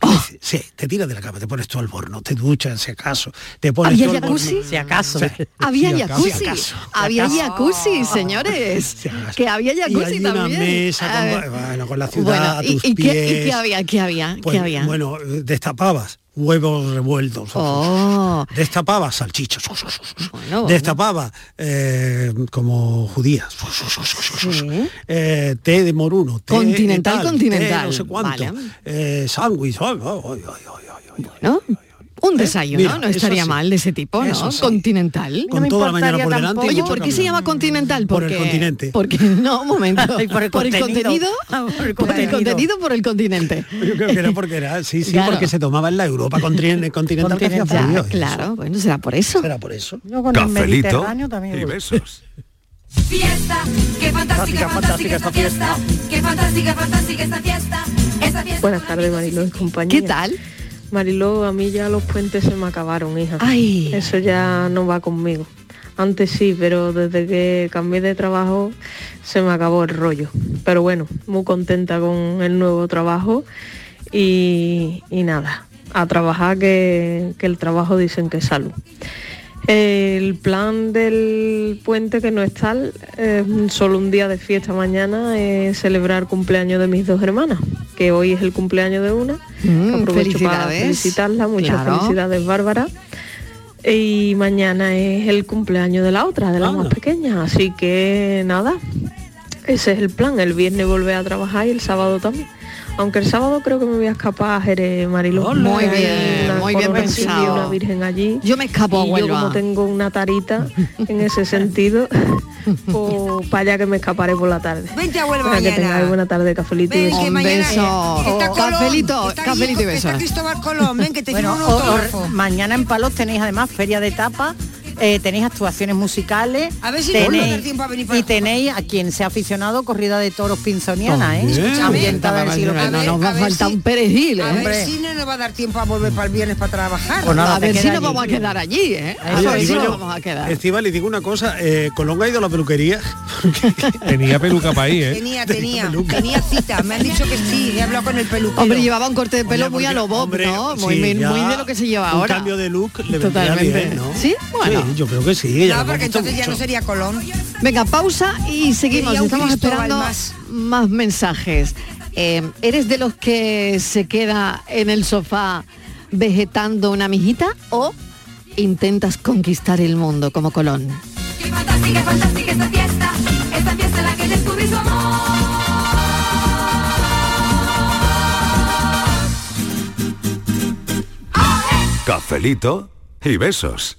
S2: Oh.
S4: Sí, te tiras de la cama, te pones tu albornoz, te duchas si acaso, te pones
S2: ¿Había
S4: tu albornoz.
S2: jacuzzi?
S6: Si acaso.
S4: Sí.
S2: Había
S4: Si acaso.
S2: jacuzzi,
S4: Si acaso.
S2: había
S6: Si
S2: jacuzzi, señores, que había
S4: y
S2: jacuzzi
S4: allí una
S2: también. A
S4: mesa
S2: ver.
S4: con, bueno, con la ciudad
S2: Bueno,
S4: a
S2: ¿y,
S4: tus
S2: y
S4: pies.
S2: qué, y qué había? ¿Qué había?
S4: Pues,
S2: ¿Qué había?
S4: Bueno, destapabas huevos revueltos.
S2: Oh.
S4: Destapabas salchichas.
S2: Bueno,
S4: Destapabas eh, como judías. Eh, té de moruno. té de
S2: Continental,
S4: tal,
S2: continental.
S4: té no sé cuánto.
S2: Vale.
S4: Eh, sándwich. ay, ay, ay, ay, ay, ay, ay.
S2: ¿no? Un desayuno,
S4: Mira,
S2: ¿no?
S4: eso
S2: Estaría
S4: sí.
S2: mal de ese tipo,
S4: Eso
S2: ¿no?
S4: sí.
S2: Continental.
S4: Con No me toda la mañana importaría por delante y
S2: Oye,
S4: mucho
S2: ¿por qué
S4: camino.
S2: se llama continental?
S4: Por el
S2: Porque-
S4: continente.
S2: Porque no, un momento.
S4: Y por el
S2: contenido.
S4: contenido.
S2: Por el contenido. por el continente.
S4: Yo creo que era porque era, sí, sí,
S2: Claro.
S4: porque se tomaba en la Europa continen- continental que hacía
S2: Ya,
S4: frío. eso.
S2: claro, bueno, será por eso.
S4: Será por eso.
S6: Yo
S2: con el Cafelito Mediterráneo
S4: también
S2: y
S4: besos.
S14: Fiesta, qué fantástica, fantástica esta fiesta. Qué fantástica, fantástica esta fiesta. Esta fiesta.
S15: Buenas tardes, Mariló y compañía. ¿Qué tal? Mariló, a mí ya los puentes se me acabaron, hija. Ay. Eso ya no va conmigo. Antes sí, pero desde que cambié de trabajo se me acabó el rollo. Pero bueno, muy contenta con el nuevo trabajo y, y nada, a trabajar que, que el trabajo dicen que es salud. El plan del puente que no es tal, eh, solo un día de fiesta mañana es celebrar cumpleaños de mis dos hermanas, que hoy es el cumpleaños de una.
S2: Mm,
S15: Aprovecho para
S2: felicidades.
S15: felicitarla, muchas
S2: Claro.
S15: felicidades Bárbara. Y mañana es el cumpleaños de la otra, de la más pequeña, así que nada, ese es el plan. El viernes volver a trabajar y el sábado también. Aunque el sábado creo que me voy a escapar a Jerez Marilú.
S2: Muy
S15: Hay
S2: bien,
S15: una
S2: muy bien
S15: coronación y
S2: pensado.
S15: una virgen allí.
S2: Yo me escapo a
S15: Y yo
S2: Huelva.
S15: como tengo una tarita en ese sentido, pues para allá que me escaparé por la tarde.
S7: Vente a Huelva
S15: Para que
S7: mañana.
S15: tengáis buena tarde, cafelito y
S2: Un beso.
S6: Oh.
S2: Cafelito, cafelito y besos.
S7: Colón, ven que te
S6: Bueno,
S7: firmo un
S6: o- o-
S7: autógrafo.
S6: mañana en Palos tenéis además feria de tapa, eh, tenéis actuaciones musicales.
S7: A ver si nos va a dar
S6: tenéis,
S7: tiempo a venir para-
S6: y tenéis a quien sea aficionado corrida de toros pinzoniana, ¿eh?
S2: También.
S6: Ambientada del siglo
S2: No, no,
S6: XIX.
S2: nos va a faltar un perejil,
S6: ¿eh?
S7: A
S2: hombre.
S7: ver si no nos va a dar tiempo a volver para el viernes para trabajar.
S4: Pues nada,
S2: a
S4: te
S2: ver si
S4: queda
S2: nos
S4: allí.
S2: vamos a quedar allí, ¿eh? A
S4: Oye,
S2: ver si
S4: digo
S2: nos
S4: yo,
S2: vamos a quedar.
S4: Estíbal, le digo una cosa, eh, Colón ha ido a la peluquería.
S5: Tenía peluca para ahí, ¿eh?
S7: Tenía, tenía, tenía cita. Me han dicho que sí, he hablado con el peluquero.
S2: Hombre, llevaba un corte de pelo muy a lo Bob, ¿no? Muy,
S4: sí,
S2: muy-
S4: ya
S2: muy de lo que se lleva
S4: un
S2: ahora.
S4: cambio de look le vendría
S2: Totalmente.
S4: bien, ¿no?
S2: Sí, bueno.
S4: Sí, yo creo que sí. ella
S7: No,
S4: lo
S7: porque
S4: gusta
S7: entonces ya no
S4: mucho.
S7: sería Colón.
S2: Venga, pausa y seguimos.
S7: Quería un
S2: Estamos
S7: Cristóbal
S2: esperando más,
S7: más.
S2: mensajes. Eh, ¿Eres de los que se queda en el sofá vegetando una mijita o intentas conquistar el mundo como Colón?
S14: Fantástica, fantástica esta fiesta. Esta fiesta en la que descubrí su amor.
S1: Cafelito y besos.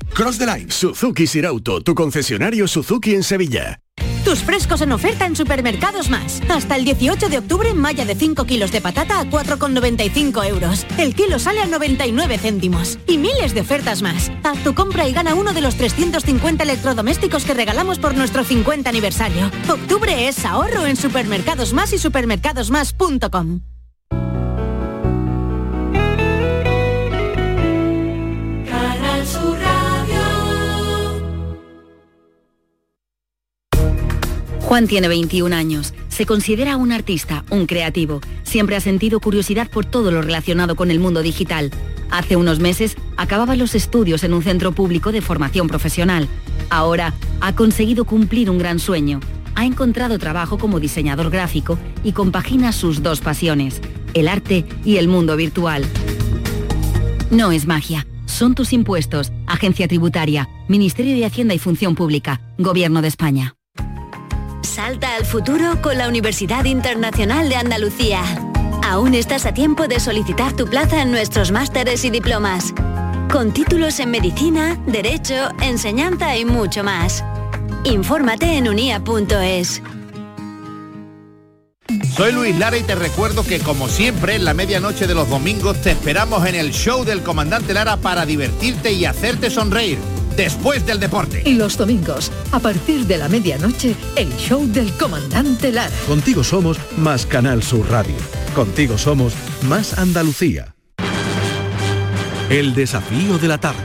S16: Cross the line.
S17: Suzuki Sirauto, tu concesionario Suzuki en Sevilla.
S18: Tus frescos en oferta en Supermercados Más. Hasta el 18 de octubre, malla de 5 kilos de patata a 4,95 euros. El kilo sale a 99 céntimos. Y miles de ofertas más. Haz tu compra y gana uno de los 350 electrodomésticos que regalamos por nuestro 50 aniversario. Octubre es ahorro en Supermercados Más y supermercadosmás.com.
S14: Canal Sur Radio.
S19: Juan tiene 21 años. Se considera un artista, un creativo. Siempre ha sentido curiosidad por todo lo relacionado con el mundo digital. Hace unos meses acababa los estudios en un centro público de formación profesional. Ahora ha conseguido cumplir un gran sueño. Ha encontrado trabajo como diseñador gráfico y compagina sus dos pasiones, el arte y el mundo virtual. No es magia. Son tus impuestos, Agencia Tributaria, Ministerio de Hacienda y Función Pública, Gobierno de España.
S20: Salta al futuro con la Universidad Internacional de Andalucía. Aún estás a tiempo de solicitar tu plaza en nuestros másteres y diplomas. Con títulos en medicina, derecho, enseñanza y mucho más. Infórmate en unia.es.
S21: Soy Luis Lara y te recuerdo que como siempre en la medianoche de los domingos te esperamos en el show del comandante Lara para divertirte y hacerte sonreír después del deporte.
S22: Y los domingos, a partir de la medianoche, el show del comandante Lara.
S23: Contigo somos más Canal Sur Radio. Contigo somos
S3: Más Andalucía. El desafío de la tarde.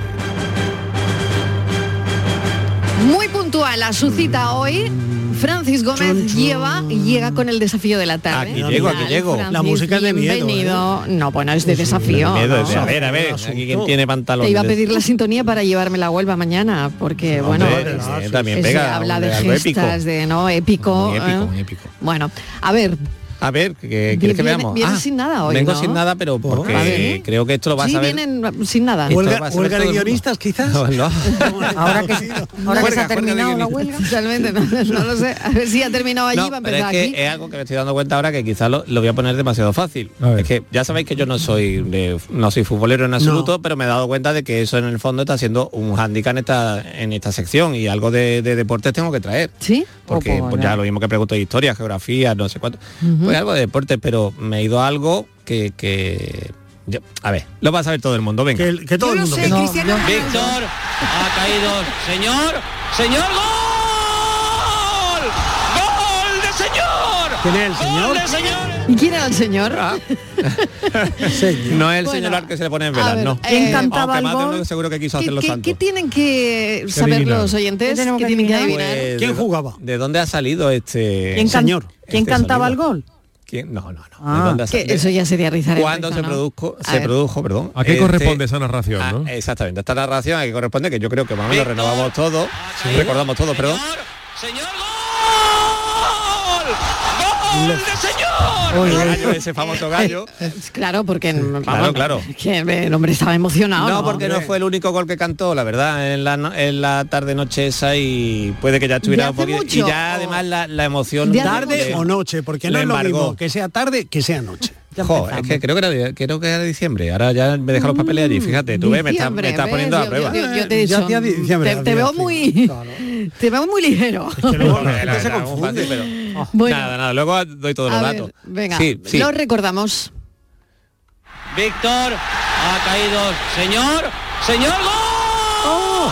S2: Muy puntual a su cita
S10: Mm.
S2: hoy. Francis Gómez lleva y llega con el desafío de la tarde.
S10: Aquí llego, aquí
S2: Tal,
S10: llego.
S2: Francis,
S10: La música es de miedo,
S2: Bienvenido. No, bueno, es de desafío.
S10: Miedo,
S2: ¿no?
S10: de- a ver, a ver, aquí quien tiene pantalón.
S2: Te iba a pedir la sintonía para llevarme la Huelva mañana, porque
S10: No,
S2: bueno,
S10: hombre, no, Ah, sí,
S2: se
S10: también pega,
S2: habla de
S10: hombre, algo
S2: gestas,
S10: épico.
S2: de no épico.
S10: Muy épico,
S2: ¿eh?
S10: muy épico.
S2: Bueno, a ver,
S10: A ver, ¿qué quieres que
S2: Viene-
S10: veamos? Ah,
S2: viene sin nada hoy,
S10: Vengo
S2: ¿no?
S10: sin nada, pero porque
S2: a ver.
S10: creo que esto lo vas
S2: sí
S10: a ver.
S2: vienen sin nada.
S10: Esto Huelga- lo va a saber huelga de todo el mundo. guionistas,
S2: quizás.
S6: Ahora que, ahora que se ha terminado la huelga.
S2: Realmente, no, no lo sé. A ver si ha terminado allí,
S10: No,
S2: va a
S10: pero es
S2: empezar
S10: que
S2: aquí.
S10: es algo que me estoy dando cuenta ahora que quizás lo, lo voy a poner demasiado fácil. Es que ya sabéis que yo no soy de- no soy futbolero en absoluto, pero me he dado cuenta de que eso en el fondo está siendo un hándicap en esta, en esta sección y algo de, de deportes tengo que traer.
S2: Sí. Oh,
S10: Porque pues, ya lo mismo que pregunto de historia, geografía, no sé cuánto.
S2: Ujú.
S10: Pues algo de deportes, pero me he ido a algo que. que- yo- a ver, lo va a saber todo el mundo, venga. Que,
S4: todo Yo el lo mundo sé, venga. Cristiano
S10: Víctor
S4: Ronaldo.
S10: ha caído. Señor, señor, gol. ¡Gol de señor!
S4: ¿Quién es el señor?
S2: ¿Y quién era el señor?
S10: No es el
S2: Bueno,
S10: señor al que se le pone en
S2: a
S10: velas,
S2: ver, eh,
S10: no.
S2: ¿quién cantaba
S10: Aunque
S2: el
S10: más de uno
S2: gol?
S10: que seguro que quiso
S2: ¿Qué,
S10: hacerlo
S2: qué-
S10: santo.
S2: qué tienen que saber
S10: adivinar?
S2: los oyentes?
S6: ¿Qué tenemos
S2: ¿Qué
S6: que
S2: tienen que
S6: adivinar?
S2: adivinar?
S10: Pues, ¿de- ¿De dónde ha salido este
S6: ¿Quién can-
S10: señor?
S6: ¿Quién
S10: Este
S6: cantaba el
S10: sonido.
S6: gol?
S10: ¿Quién? No, no, no.
S6: Ah.
S10: ¿De dónde ha
S2: Que
S10: salido?
S2: eso ya sería rizar el
S10: Cuando
S2: rizo,
S10: se
S2: ¿no?
S10: produjo,
S2: A
S10: se
S2: ver.
S10: produjo, perdón.
S5: ¿A qué
S10: este-
S5: corresponde esa narración,
S10: Ah,
S5: no?
S10: Exactamente, esta narración a que corresponde, que yo creo que más o menos renovamos todo, recordamos todo, perdón.
S8: ¡Gol de señor!
S10: El gallo, ese famoso gallo.
S2: Pues Claro, porque
S10: Claro, claro.
S2: que el hombre estaba emocionado.
S10: No, porque no fue el único gol que cantó, la verdad, en la, no- en la tarde noche esa y puede que ya
S4: ¿De
S10: estuviera un
S4: hace
S10: poquito.
S4: mucho
S10: Y ya
S4: o-
S10: además la, la emoción.
S4: tarde o noche, porque no
S10: le
S4: es lo
S10: embargó.
S4: mismo que sea tarde que sea noche.
S10: Jo, es que creo que, era, creo que era diciembre. Ahora ya me deja los papeles allí. Fíjate, tú ves, me estás me
S2: Diciembre,
S10: estás
S2: ¿ves?
S10: poniendo a
S2: Yo-
S10: prueba.
S2: Yo, yo te he
S4: Yo
S2: dicho,
S4: hacía diciembre,
S2: te, te
S4: hacía
S2: veo muy, te veo muy ligero. Oh. Bueno.
S10: Nada, nada, luego doy todos los
S2: A
S10: datos.
S2: ver, venga,
S10: Sí, sí.
S2: lo recordamos.
S10: Víctor ha caído. Señor, señor, gol.
S2: ¡Oh!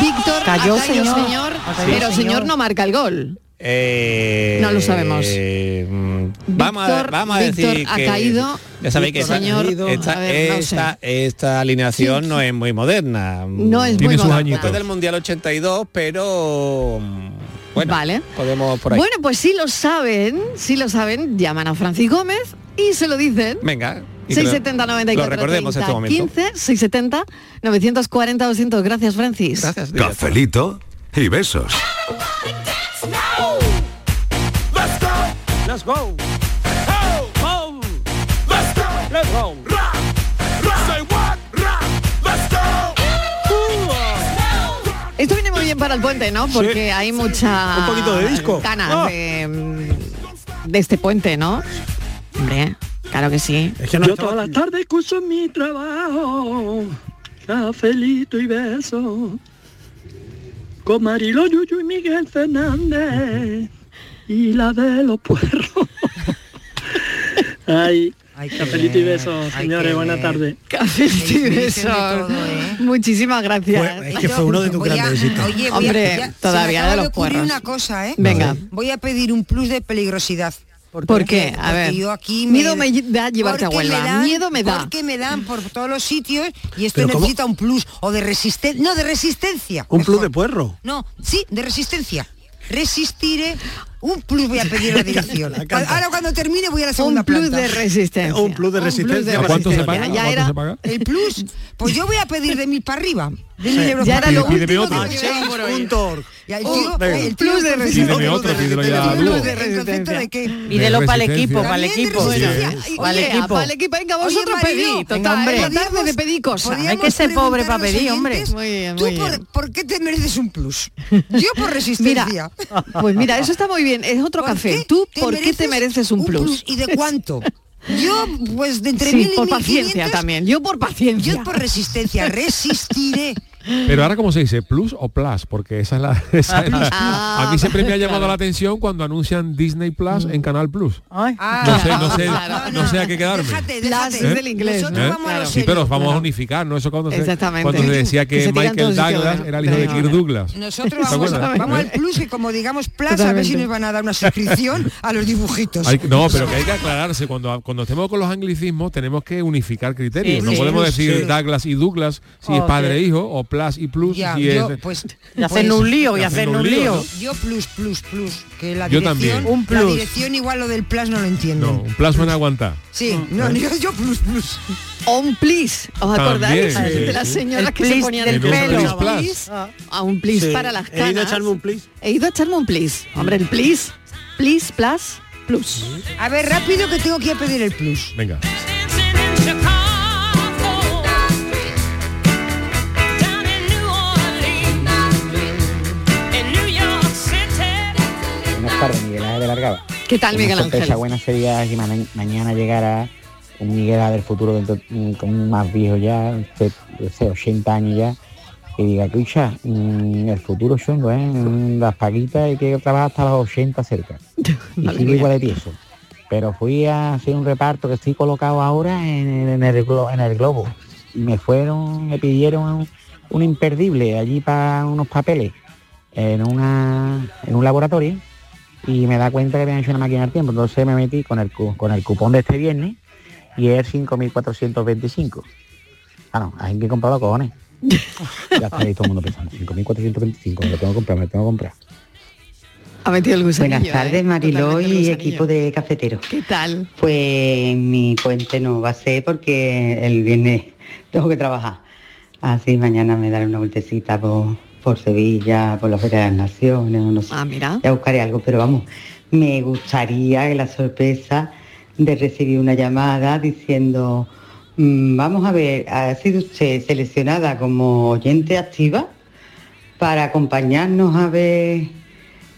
S2: Víctor
S6: ¡Oh! Cayó,
S2: ha caído,
S6: señor.
S2: señor,
S6: Ha
S10: caído,
S2: pero señor
S10: señor.
S2: no marca el gol.
S10: Eh,
S2: No lo sabemos.
S10: mm, vamos, a,
S2: Víctor-
S10: vamos a decir
S2: Víctor ha
S10: que
S2: caído.
S10: ya sabéis que
S2: Víctor ha
S10: esta,
S2: caído.
S10: esta,
S2: A ver, no sé.
S10: esta- esta alineación no es muy moderna.
S2: No es Tiene muy sus moderna. añitos.
S10: Después del mundial 82, pero mm, bueno, podemos por ahí.
S2: Bueno, pues si lo saben, si lo saben, llaman a Francis Gómez y se lo dicen.
S10: Venga. y que lo-
S2: 670 94
S10: Lo recordemos en este
S2: 30,
S10: momento.
S2: 15 670 940 200. Gracias, Francis. Gracias.
S1: Cafelito y besos.
S8: Let's go. Let's go. Oh, oh. Let's go. Let's go. Rock. Rock. Say what? Rock. Let's go.
S2: Esto viene muy bien para el puente, ¿no? Porque hay mucha
S4: Un poquito de disco.
S2: Ah, ganas
S4: Ah.
S2: de, mm, de este puente, ¿no? Hombre, claro que sí.
S11: Yo todas las tardes escucho en mi trabajo, cafelito y beso, con Marilo Yuyu y Miguel Fernández, y la de los puerros. Ay, cafelito y beso, señores, buenas tardes.
S2: Cafelito y besos. Muchísimas gracias.
S4: es que fue uno de tus
S7: Voy a-
S4: grandes éxitos.
S7: ¿eh? oye, voy a-
S2: Hombre,
S7: ya- se me
S2: todavía
S7: acaba
S2: de los
S7: ocurrir
S2: puerros.
S7: una cosa, ¿eh?
S2: Venga.
S7: Voy a pedir un plus de peligrosidad.
S2: ¿Por ¿Por qué? qué? A ver.
S7: Porque yo aquí
S2: Miedo me da llevarte a
S7: porque
S2: Huelva.
S7: me dan-
S2: Miedo me da.
S7: Porque me dan por todos los sitios y esto
S4: Pero ¿cómo?
S7: necesita un plus o de resistencia. No, de resistencia.
S4: Un plus de puerro.
S7: No, sí, de resistencia. Resistiré. Un plus voy a pedir la dirección. Ahora cuando termine voy a la segunda
S2: Un plus
S7: planta.
S2: de resistencia. Un plus de
S7: resistencia.
S5: ¿A cuánto se
S2: resistencia.
S5: paga? ¿A
S2: Ya
S5: cuánto
S2: era-
S5: se paga?
S7: El plus, pues yo voy a pedir de mil para arriba. De mil
S5: Sí.
S7: euros
S5: Ya
S7: para
S5: era lo
S7: arriba.
S5: Pídeme último otro. que
S7: Y el
S6: Uh,
S7: tío-
S6: venga.
S7: el tío
S6: Plus de
S7: con-
S6: resistencia.
S5: Pídeme otro, pídelo ya a
S7: Plus
S5: Lugo.
S7: de resistencia. ¿De qué?
S6: Pídelo para el equipo, para el equipo.
S2: Oye,
S6: Para el equipo.
S2: para el equipo, venga, vosotros
S7: Mariló,
S2: pedí,
S7: venga,
S2: total,
S7: hombre.
S2: es la tarde de pedir cosas.
S7: Podríamos preguntar a los oyentes, ¿Tú por, por qué te mereces un plus? Yo por resistencia.
S2: Mira, pues mira, eso está muy bien, es otro café. ¿Tú
S7: te
S2: por qué te mereces un plus?
S7: ¿Y de cuánto? Yo, pues de entre
S2: Sí,
S7: mil y
S2: por
S7: 1500,
S2: paciencia también. Yo por paciencia.
S7: Yo por resistencia. Resistiré.
S5: Pero ahora como se dice, plus o plus, porque esa es la. esa es la-
S8: Ah,
S5: a mí siempre me ha llamado
S8: claro.
S5: la atención cuando anuncian Disney Plus en Canal Plus.
S8: Ah,
S5: no sé, no sé,
S6: ah,
S8: claro.
S5: no sé a qué quedarme.
S2: Las
S5: ¿Eh?
S2: es del inglés.
S5: ¿Eh? Sí, pero os vamos a unificar, ¿no? Eso cuando se,
S2: Exactamente.
S5: cuando se decía
S2: Que
S5: que
S2: se tiran todos
S5: Michael
S2: y que
S5: Douglas
S2: bueno,
S5: era el hijo de
S2: venga.
S5: Kirk Douglas.
S7: Nosotros
S5: ¿Te
S7: vamos,
S5: acuerdas?
S7: vamos
S5: ¿Eh?
S7: al plus y como digamos plus, a ver
S5: Totalmente.
S7: si nos van a dar una suscripción a los dibujitos.
S5: Hay- no, pero que hay que aclararse. Cuando, cuando estemos con los anglicismos, tenemos que unificar criterios.
S7: Sí,
S5: no
S7: sí.
S5: podemos decir
S7: Sí.
S5: Douglas y Douglas si es
S7: Ok.
S5: padre e hijo, o plus y plus
S7: Ya,
S5: si
S7: yo,
S5: es...
S7: pues,
S6: Y hacernos un lío, y hacernos un lío.
S5: ¿no?
S7: Yo plus, plus, plus. Que la
S5: Yo
S7: dirección,
S5: también. Un
S7: La
S5: plus.
S7: dirección igual lo del plus no lo entiendo.
S5: No, un plus van a aguantar.
S7: Sí, no, yo, yo plus, plus.
S2: O un plis, ¿os acordáis?
S5: También, sí,
S2: de las
S5: sí.
S2: señoras
S5: El
S2: que se
S5: plis
S2: ponían
S5: del
S2: el pelo. A
S5: pelo.
S2: un
S5: Plis
S2: plis, A un plis
S4: Sí.
S2: para las
S4: He ido a
S2: canas.
S4: echarme un plis.
S2: He ido a echarme un plis. Hombre, el plis, plis, plus, plus.
S7: A ver, rápido que tengo que ir a pedir el plus.
S5: Venga.
S9: Buenas tardes, Miguel Ángel de Largaba.
S2: ¿Qué tal,
S9: Una
S2: Miguel
S9: sorpresa
S2: Ángel?
S9: buena sería que ma- mañana llegara un Miguel Ángel del futuro dentro- mm, con más viejo ya, de, de ese 80 años ya, y diga, Cucha, mm, el futuro chungo, ¿eh? Mm, Las paguitas y que trabaja hasta los 80 cerca. Y sigo igual de tieso. Pero fui a hacer un reparto que estoy colocado ahora en, en el, glo- en el globo. Y me fueron, me pidieron un, un imperdible allí para unos papeles en, una, en un laboratorio y me da cuenta que habían hecho una máquina al tiempo. Entonces me metí con el, cu- con el cupón de este viernes y es 5.425. Ah, no, hay que comprarlo, cojones. Ya está ahí todo el mundo pensando, 5.425, me lo tengo que comprar, me lo tengo que comprar.
S2: Ha metido el gusanillo.
S12: Buenas tardes,
S2: ¿eh?
S12: Mariló
S2: Totalmente el
S12: y
S2: gusanillo.
S12: equipo de cafeteros.
S2: ¿Qué tal?
S12: Pues mi puente no va a ser porque el viernes tengo que trabajar. Así mañana me daré una vueltecita por, por Sevilla, por la Feria de las Naciones, o no
S2: Ah,
S12: sé. Ya buscaré algo, pero vamos, me gustaría que la sorpresa de recibir una llamada diciendo, "Mm, vamos a ver, ha sido usted seleccionada como oyente activa para acompañarnos a ver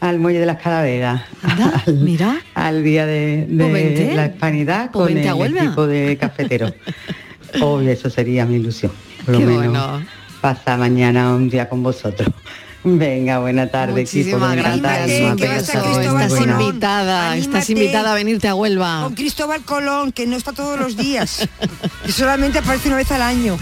S12: al muelle de las calaveras. al, al día de, de
S2: Pues vente.
S12: la hispanidad
S2: Pues
S12: con
S2: vente a
S12: el
S2: Huelva.
S12: equipo de cafeteros. Hoy eso sería mi ilusión. Por lo
S2: Qué
S12: menos
S2: bueno.
S12: pasa mañana un día con vosotros. Venga, buena tarde,
S2: Muchísimas
S12: equipo. me encanta
S2: gracias.
S12: el
S2: Un
S12: beso,
S2: beso.
S12: enhorabuena.
S2: Estás invitada. Estás invitada a venirte a Huelva.
S7: Con Cristóbal Colón, que no está todos los días. y solamente aparece una vez al año.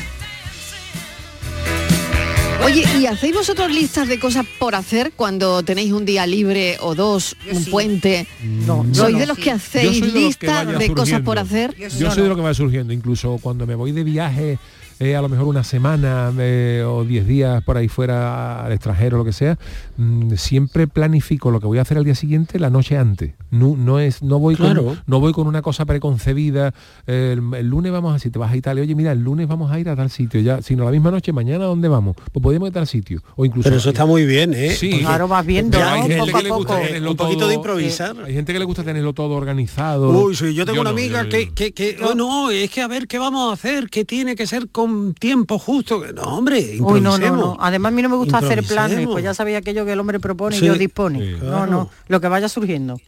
S2: Oye, ¿y hacéis vosotros listas de cosas por hacer cuando tenéis un día libre o dos, un puente?
S5: No,
S2: ¿Sois
S5: no.
S2: de los que
S5: Yo soy
S2: hacéis
S5: de los que
S2: listas de
S5: vaya
S2: cosas
S5: surgiendo.
S2: por hacer?
S5: Yo soy de lo que va surgiendo, incluso cuando me voy de viaje, eh, a lo mejor una semana eh, o diez días por ahí fuera al extranjero, lo que sea, mm, siempre planifico lo que voy a hacer al día siguiente la noche antes. No, no es, no voy
S4: Claro.
S5: con, no voy con una cosa preconcebida. eh, el, el lunes vamos a, si te vas a Italia, oye, mira, el lunes vamos a ir a tal sitio, ya, sino la misma noche, mañana dónde vamos, pues podemos ir a tal sitio. O incluso
S4: Pero eso está muy bien, ¿eh?
S5: Sí,
S4: Porque-
S5: claro, vas viendo,
S4: Pero
S5: ¿no?
S4: hay gente
S5: Poco a
S4: que le gusta
S5: poco.
S4: tenerlo
S5: Un poquito
S4: todo-
S5: de improvisar. eh, Hay gente que le gusta tenerlo todo organizado.
S4: Uy, sí, yo tengo una
S5: no,
S4: amiga
S5: yo-
S4: que, que, que- oh, no, es que a ver qué vamos a hacer, que tiene que ser con tiempo justo. No, hombre,
S6: Uy, no,
S4: improvisemos.
S6: no, no. Además a mí no me gusta hacer planes,
S4: Improvisemos.
S6: pues ya sabía aquello que el hombre propone
S4: Sí.
S6: y yo dispone.
S4: Sí.
S6: No, no, lo que vaya surgiendo.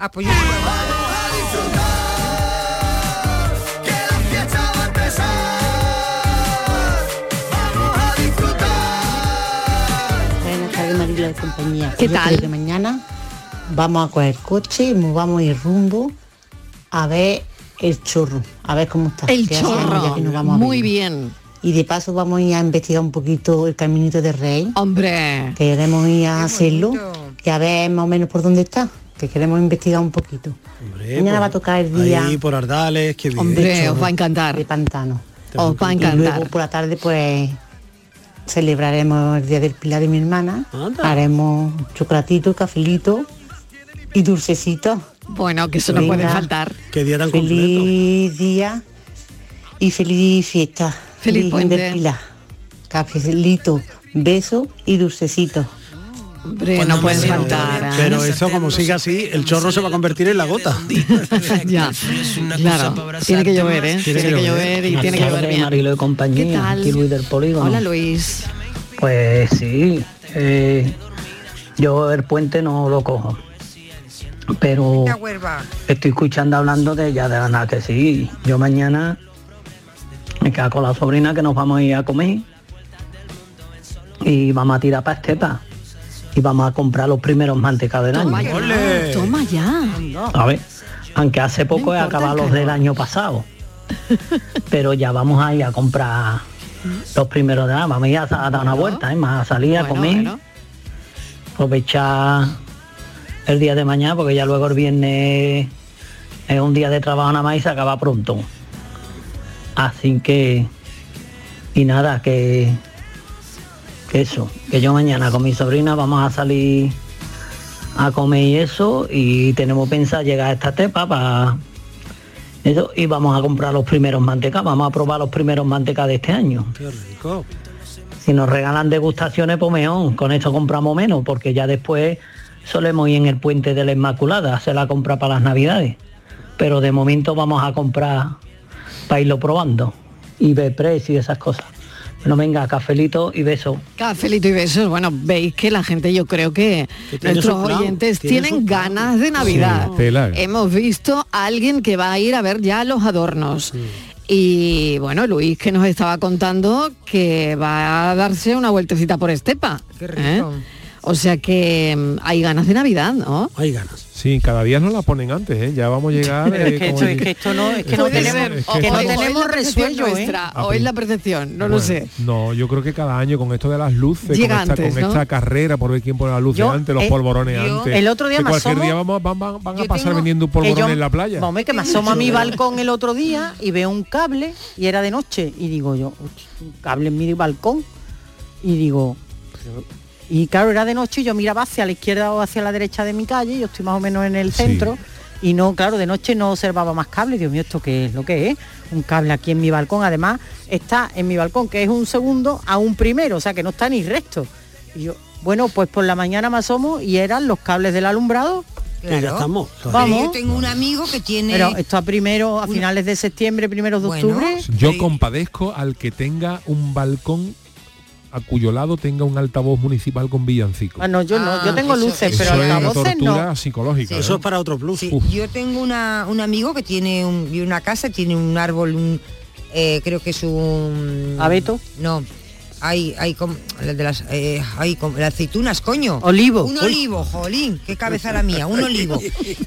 S7: Ah, pues
S13: Buenas tardes, Marilo de compañía.
S2: ¿Qué
S13: Yo
S2: tal?
S13: creo que mañana vamos a coger coche y nos vamos a ir rumbo a ver el chorro, a ver cómo está.
S2: El
S13: que hace años
S2: chorro,
S13: ya que no vamos a
S2: muy
S13: verlo.
S2: bien.
S13: Y de paso vamos a ir a investigar un poquito el caminito de rey.
S2: Hombre.
S13: Que queremos ir a hacerlo y a ver más o menos por dónde está. Que queremos investigar un poquito. mañana
S4: por-
S13: va a tocar el día.
S4: pues Ahí por Ardales, que bien.
S13: de chorro,
S4: Chorro.
S13: De pantano.
S4: Os va a
S13: Y
S4: encantar.
S13: luego por la tarde pues celebraremos el día del pilar de mi hermana. Haremos chocolatito, cafelito y dulcecito.
S2: Bueno, que eso no puede faltar.
S13: Qué día
S2: tan
S13: feliz día y feliz fiesta.
S2: Feliz
S13: Virgen del
S2: puente.
S13: Pilar. Cafelito, beso y dulcecito.
S2: Hombre, no puede faltar. ¿eh?
S4: Pero eso como siga así, el chorro se va a convertir en la gota.
S2: ya, claro. Tiene que llover, ¿eh? Tiene que llover y tiene que
S23: Buenas
S2: llover
S23: tardes,
S2: bien.
S23: Marilo de compañía,
S2: ¿Qué tal?
S23: aquí Luis del Polígono.
S2: Hola Luis.
S23: Pues sí, eh, yo el puente no lo cojo, pero estoy escuchando hablando de ella, de la nada que sí. Yo mañana me quedo con la sobrina que nos vamos a ir a comer y vamos a tirar pastetas y vamos a comprar los primeros mantecados del año.
S2: Ole. Toma ya.
S23: A ver, aunque hace poco he acabado los del año pasado, pero ya vamos a ir a comprar los primeros de año, vamos a ir a, a dar una vuelta, ¿eh? más a salir a comer, aprovechar el día de mañana, porque ya luego el viernes es un día de trabajo nada más y se acaba pronto. Así que, y nada, que, que eso, que yo mañana con mi sobrina vamos a salir a comer y eso, y tenemos pensado llegar a esta tepa para eso, y vamos a comprar los primeros mantecas, vamos a probar los primeros mantecas de este año.
S4: Qué rico.
S23: Si nos regalan degustaciones, pues mejor, con eso compramos menos, porque ya después solemos ir en el puente de la Inmaculada, hacer la compra para las navidades. Pero de momento vamos a comprar para irlo probando y ver precios y esas cosas. Bueno, venga, cafelito y beso.
S2: Cafelito y besos. Bueno, veis que la gente, yo creo que
S23: Que tiene
S2: nuestros
S23: su plan,
S2: oyentes
S23: tiene
S2: tienen ganas de Navidad.
S5: ¿eh?
S2: Hemos visto a alguien que va a ir a ver ya los adornos. Y bueno, Luis que nos estaba contando que va a darse una vueltecita por Estepa. ¿eh? O sea que mm, hay ganas de Navidad, ¿no?
S4: Hay ganas.
S5: Sí, cada día nos la ponen antes, ¿eh? Ya vamos a llegar...
S6: Pero es
S5: eh,
S6: que
S5: como
S6: esto-
S5: el-
S6: es que esto no- es que no
S5: Puede
S6: tenemos-
S5: ser, es
S6: que no
S5: esto-
S6: tenemos resuello, ¿eh?
S5: Ah,
S2: O es
S5: pero-
S2: la percepción, no lo
S5: Bueno,
S2: sé.
S5: No, yo creo que cada año con esto de las luces,
S2: Llega
S5: con, esta,
S2: antes,
S5: con
S2: ¿no?
S5: esta carrera por ver quién pone las luces
S6: Yo,
S5: antes, los
S6: eh,
S5: polvorones
S6: yo-
S5: antes.
S6: el otro día
S5: que
S6: me
S5: cualquier
S6: asomo-
S5: día vamos, van, van- van a
S6: Yo
S5: pasar
S6: tengo-
S5: vendiendo un polvorón
S6: que yo-
S5: en la playa.
S6: Vamos, que me asomo a mi balcón el otro día y veo un cable y era de noche. Y digo yo, "Uch, un cable en mi balcón. Y digo, pero- y claro, era de noche y yo miraba hacia la izquierda o hacia la derecha de mi calle, yo estoy más o menos en el centro. Y no, claro, de noche no observaba más cables. Dios mío, ¿esto qué es? ¿Lo que es? Un cable aquí en mi balcón. Además, está en mi balcón, que es un segundo a un primero, o sea que no está ni recto. Y yo, bueno, pues por la mañana me asomo y eran los cables del alumbrado.
S4: Que ya estamos.
S6: Vamos.
S7: Yo tengo un amigo que tiene...
S6: Pero esto a primero, a finales de septiembre, primeros de octubre.
S5: Yo compadezco al que tenga un balcón a cuyo lado tenga un altavoz municipal con villancico.
S6: Ah, no, yo no, yo tengo luces, pero
S5: Eso es una
S6: altavoces
S5: tortura
S6: no.
S5: psicológica.
S4: Eso
S5: ¿eh?
S4: es para otro plus.
S5: Uf.
S7: Yo tengo una- un amigo que tiene un, y una casa, tiene un árbol, un, eh, creo que es un...
S6: ¿Abeto?
S7: No. Hay, hay como la de las eh, hay como las aceitunas, coño.
S6: Olivo.
S7: Un
S6: Uy.
S7: olivo, jolín, qué cabeza la mía, un olivo.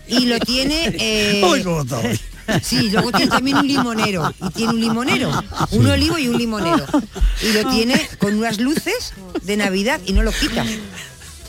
S7: Y lo tiene. eh,
S8: Uy, cómo está hoy.
S7: Sí, luego tiene también un limonero. Y tiene un limonero. Un olivo y un limonero. Y lo tiene con unas luces de Navidad y no lo quita.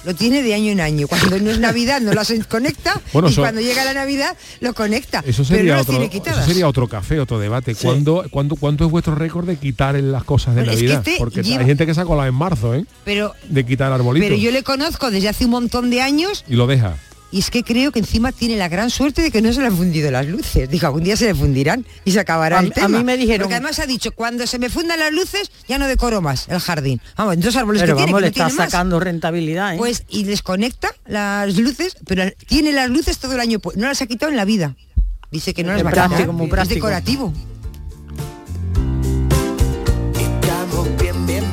S7: Lo tiene de año en año. Cuando no es Navidad no las conecta
S5: Bueno,
S7: y
S5: eso-
S7: cuando llega la Navidad lo conecta. pero
S5: Eso sería,
S7: no las
S5: otro,
S7: tiene
S5: eso
S7: quitadas.
S5: sería otro café, otro debate. ¿Cuándo, cuándo, cuánto es vuestro récord de quitar en las cosas de
S7: Bueno, es que
S5: Navidad?
S7: este
S5: Porque
S7: lleva-
S5: hay gente que se ha colado en marzo, ¿eh?
S7: Pero,
S5: De quitar arbolitos.
S7: pero yo le conozco desde hace un montón de años
S5: Y lo deja.
S7: y es que creo que encima tiene la gran suerte de que no se le han fundido las luces. Dijo, algún día se le fundirán y se acabará
S6: A-
S7: el
S6: a
S7: tema.
S6: mí me dijeron-
S7: Porque además ha dicho, cuando se me fundan las luces, ya no decoro más el jardín. Vamos, en dos árboles
S6: Pero
S7: que
S6: vamos, le
S7: tiene, que no
S6: está
S7: tiene más.
S6: sacando rentabilidad, ¿eh?
S7: Pues y desconecta las luces, pero tiene las luces todo el año, pu- no las ha quitado en la vida. Dice que no
S6: Es
S7: las va a
S6: práctico,
S7: quitar,
S6: muy
S7: es
S6: práctico.
S7: decorativo.
S15: Estamos bien, bien,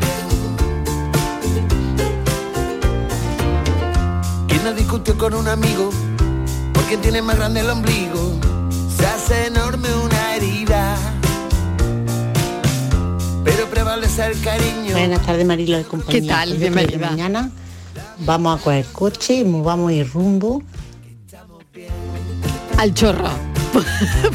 S15: bien. ¿Quién no discutió con un amigo? ¿Por quién tiene más grande el ombligo? Se hace enorme una herida. Pero prevalece el cariño.
S13: Buenas tardes, Marilo y compañía.
S15: ¿Qué tal?
S13: Pues yo creo que
S15: Bienvenida.
S13: Mañana vamos a coger coche y nos vamos a ir rumbo
S2: Al chorro.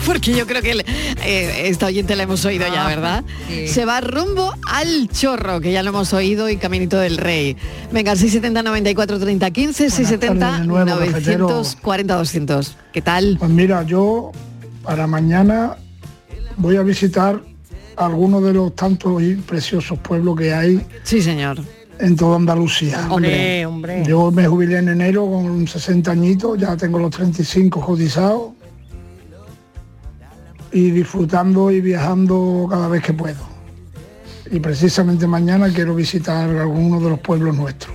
S2: Porque yo creo que el- eh, esta oyente la hemos oído ya, ¿verdad?
S7: Ah, sí.
S2: Se va rumbo al chorro, que ya lo hemos oído, y Caminito del Rey. Venga, 670 94 30 15, 670
S24: tardes de nuevo, cafetero.
S2: 940 200. ¿Qué tal?
S24: Pues mira, yo para mañana voy a visitar algunos de los tantos y preciosos pueblos que hay.
S2: Sí, señor.
S24: En toda Andalucía.
S6: Hombre, hombre.
S24: Yo me jubilé en enero con 60 añitos, ya tengo los 35 cotizados y disfrutando y viajando cada vez que puedo. Y precisamente mañana quiero visitar algunos de los pueblos nuestros.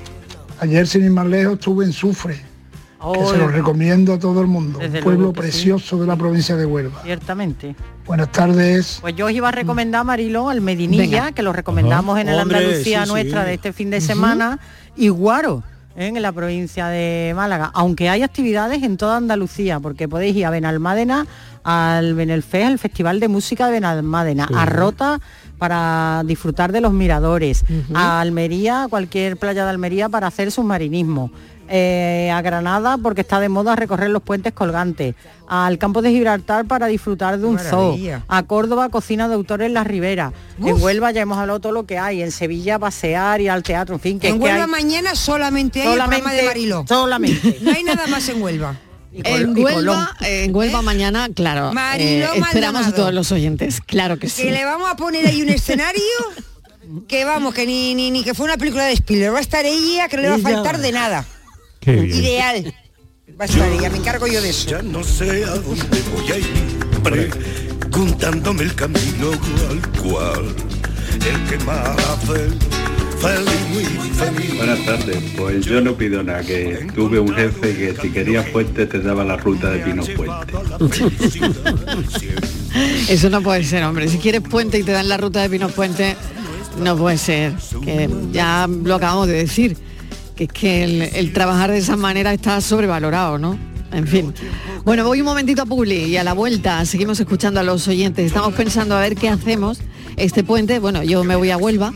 S24: Ayer, sin ir más lejos, estuve en Sufre, que se
S6: Ole.
S24: lo recomiendo a todo el mundo.
S6: Desde
S24: un pueblo
S6: luego que sí.
S24: precioso de la provincia de Huelva.
S6: Ciertamente.
S24: Buenas tardes.
S6: Pues yo os iba a recomendar, Marilo, al Medinilla,
S24: Venga.
S6: que lo recomendamos
S24: Ajá.
S6: en el
S24: Hombre,
S6: Andalucía
S24: sí, sí.
S6: nuestra de este fin de semana, y Guaro, en la provincia de Málaga, aunque hay actividades en toda Andalucía, porque podéis ir a Benalmádena, al Benelfest, al Festival de Música de Benalmádena,
S14: Sí.
S6: a Rota para disfrutar de los miradores, a Almería, cualquier playa de Almería para hacer submarinismo. eh, a Granada porque está de moda recorrer los puentes colgantes, al campo de Gibraltar para disfrutar de un
S7: Maravilla.
S6: zoo, a Córdoba cocina de autores en la Ribera, en Huelva ya hemos hablado todo lo que hay, en Sevilla pasear y al teatro, en fin, que es
S7: En
S6: que
S7: Huelva
S6: hay-
S7: mañana solamente hay el programa de Mariló.
S6: Solamente.
S7: No hay nada más en Huelva. ¿Eh?
S2: En Huelva, en Huelva mañana, claro.
S7: Mariló
S2: eh, esperamos a
S7: Maldonado.
S2: todos los oyentes, claro que sí.
S7: Que le vamos a poner ahí un escenario que vamos, que ni, ni, ni que fue una película de Spielberg. Va a estar ella, que no le va a
S8: Ella.
S7: faltar de nada.
S8: Qué bien.
S7: Ideal. Va a estar ella, me encargo yo de eso.
S8: Ya no sé a dónde voy a ir, preguntándome el camino al cual el que más hace feliz, muy feliz.
S16: Buenas tardes, pues yo no pido nada, que tuve un jefe que si quería fuente te daba la ruta de Pino Puente.
S2: Eso no puede ser, hombre. Si quieres puente y te dan la ruta de Pino Puente, no puede ser. Que ya lo acabamos de decir, que es que el, el trabajar de esa manera está sobrevalorado, ¿no? En fin. Bueno, voy un momentito a Publi y a la vuelta seguimos escuchando a los oyentes. Estamos pensando a ver qué hacemos este puente. Bueno, yo me voy a Huelva.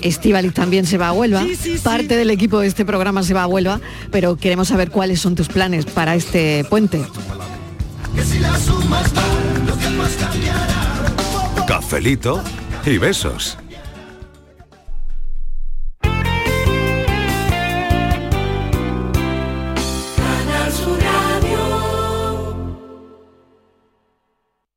S2: Estivalis también se va a Huelva. Parte del equipo de este programa se va a Huelva, pero queremos saber cuáles son tus planes para este puente.
S8: Que si la sumas va, lo que más cambiará.
S1: Cafelito y besos.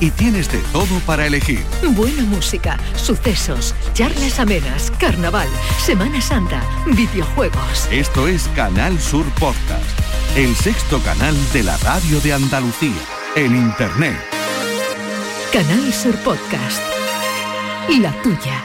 S3: y tienes de todo para elegir.
S22: Buena música, sucesos, charlas amenas, carnaval, Semana Santa, videojuegos.
S3: Esto es Canal Sur Podcast, el sexto canal de la radio de Andalucía, en Internet.
S22: Canal Sur Podcast. La tuya.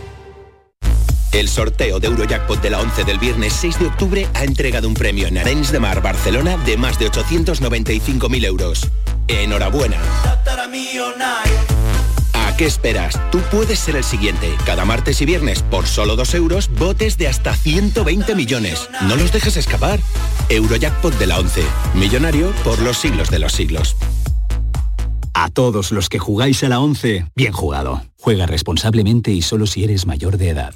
S25: El sorteo de Eurojackpot de la 11 del viernes 6 de octubre ha entregado un premio en Arenys de Mar, Barcelona, de más de 895.000 euros. Enhorabuena. ¿A qué esperas? Tú puedes ser el siguiente. Cada martes y viernes, por solo 2 euros, botes de hasta 120 millones. No los dejes escapar. Eurojackpot de la 11. Millonario por los siglos de los siglos.
S26: A todos los que jugáis a la 11, bien jugado. Juega responsablemente y solo si eres mayor de edad.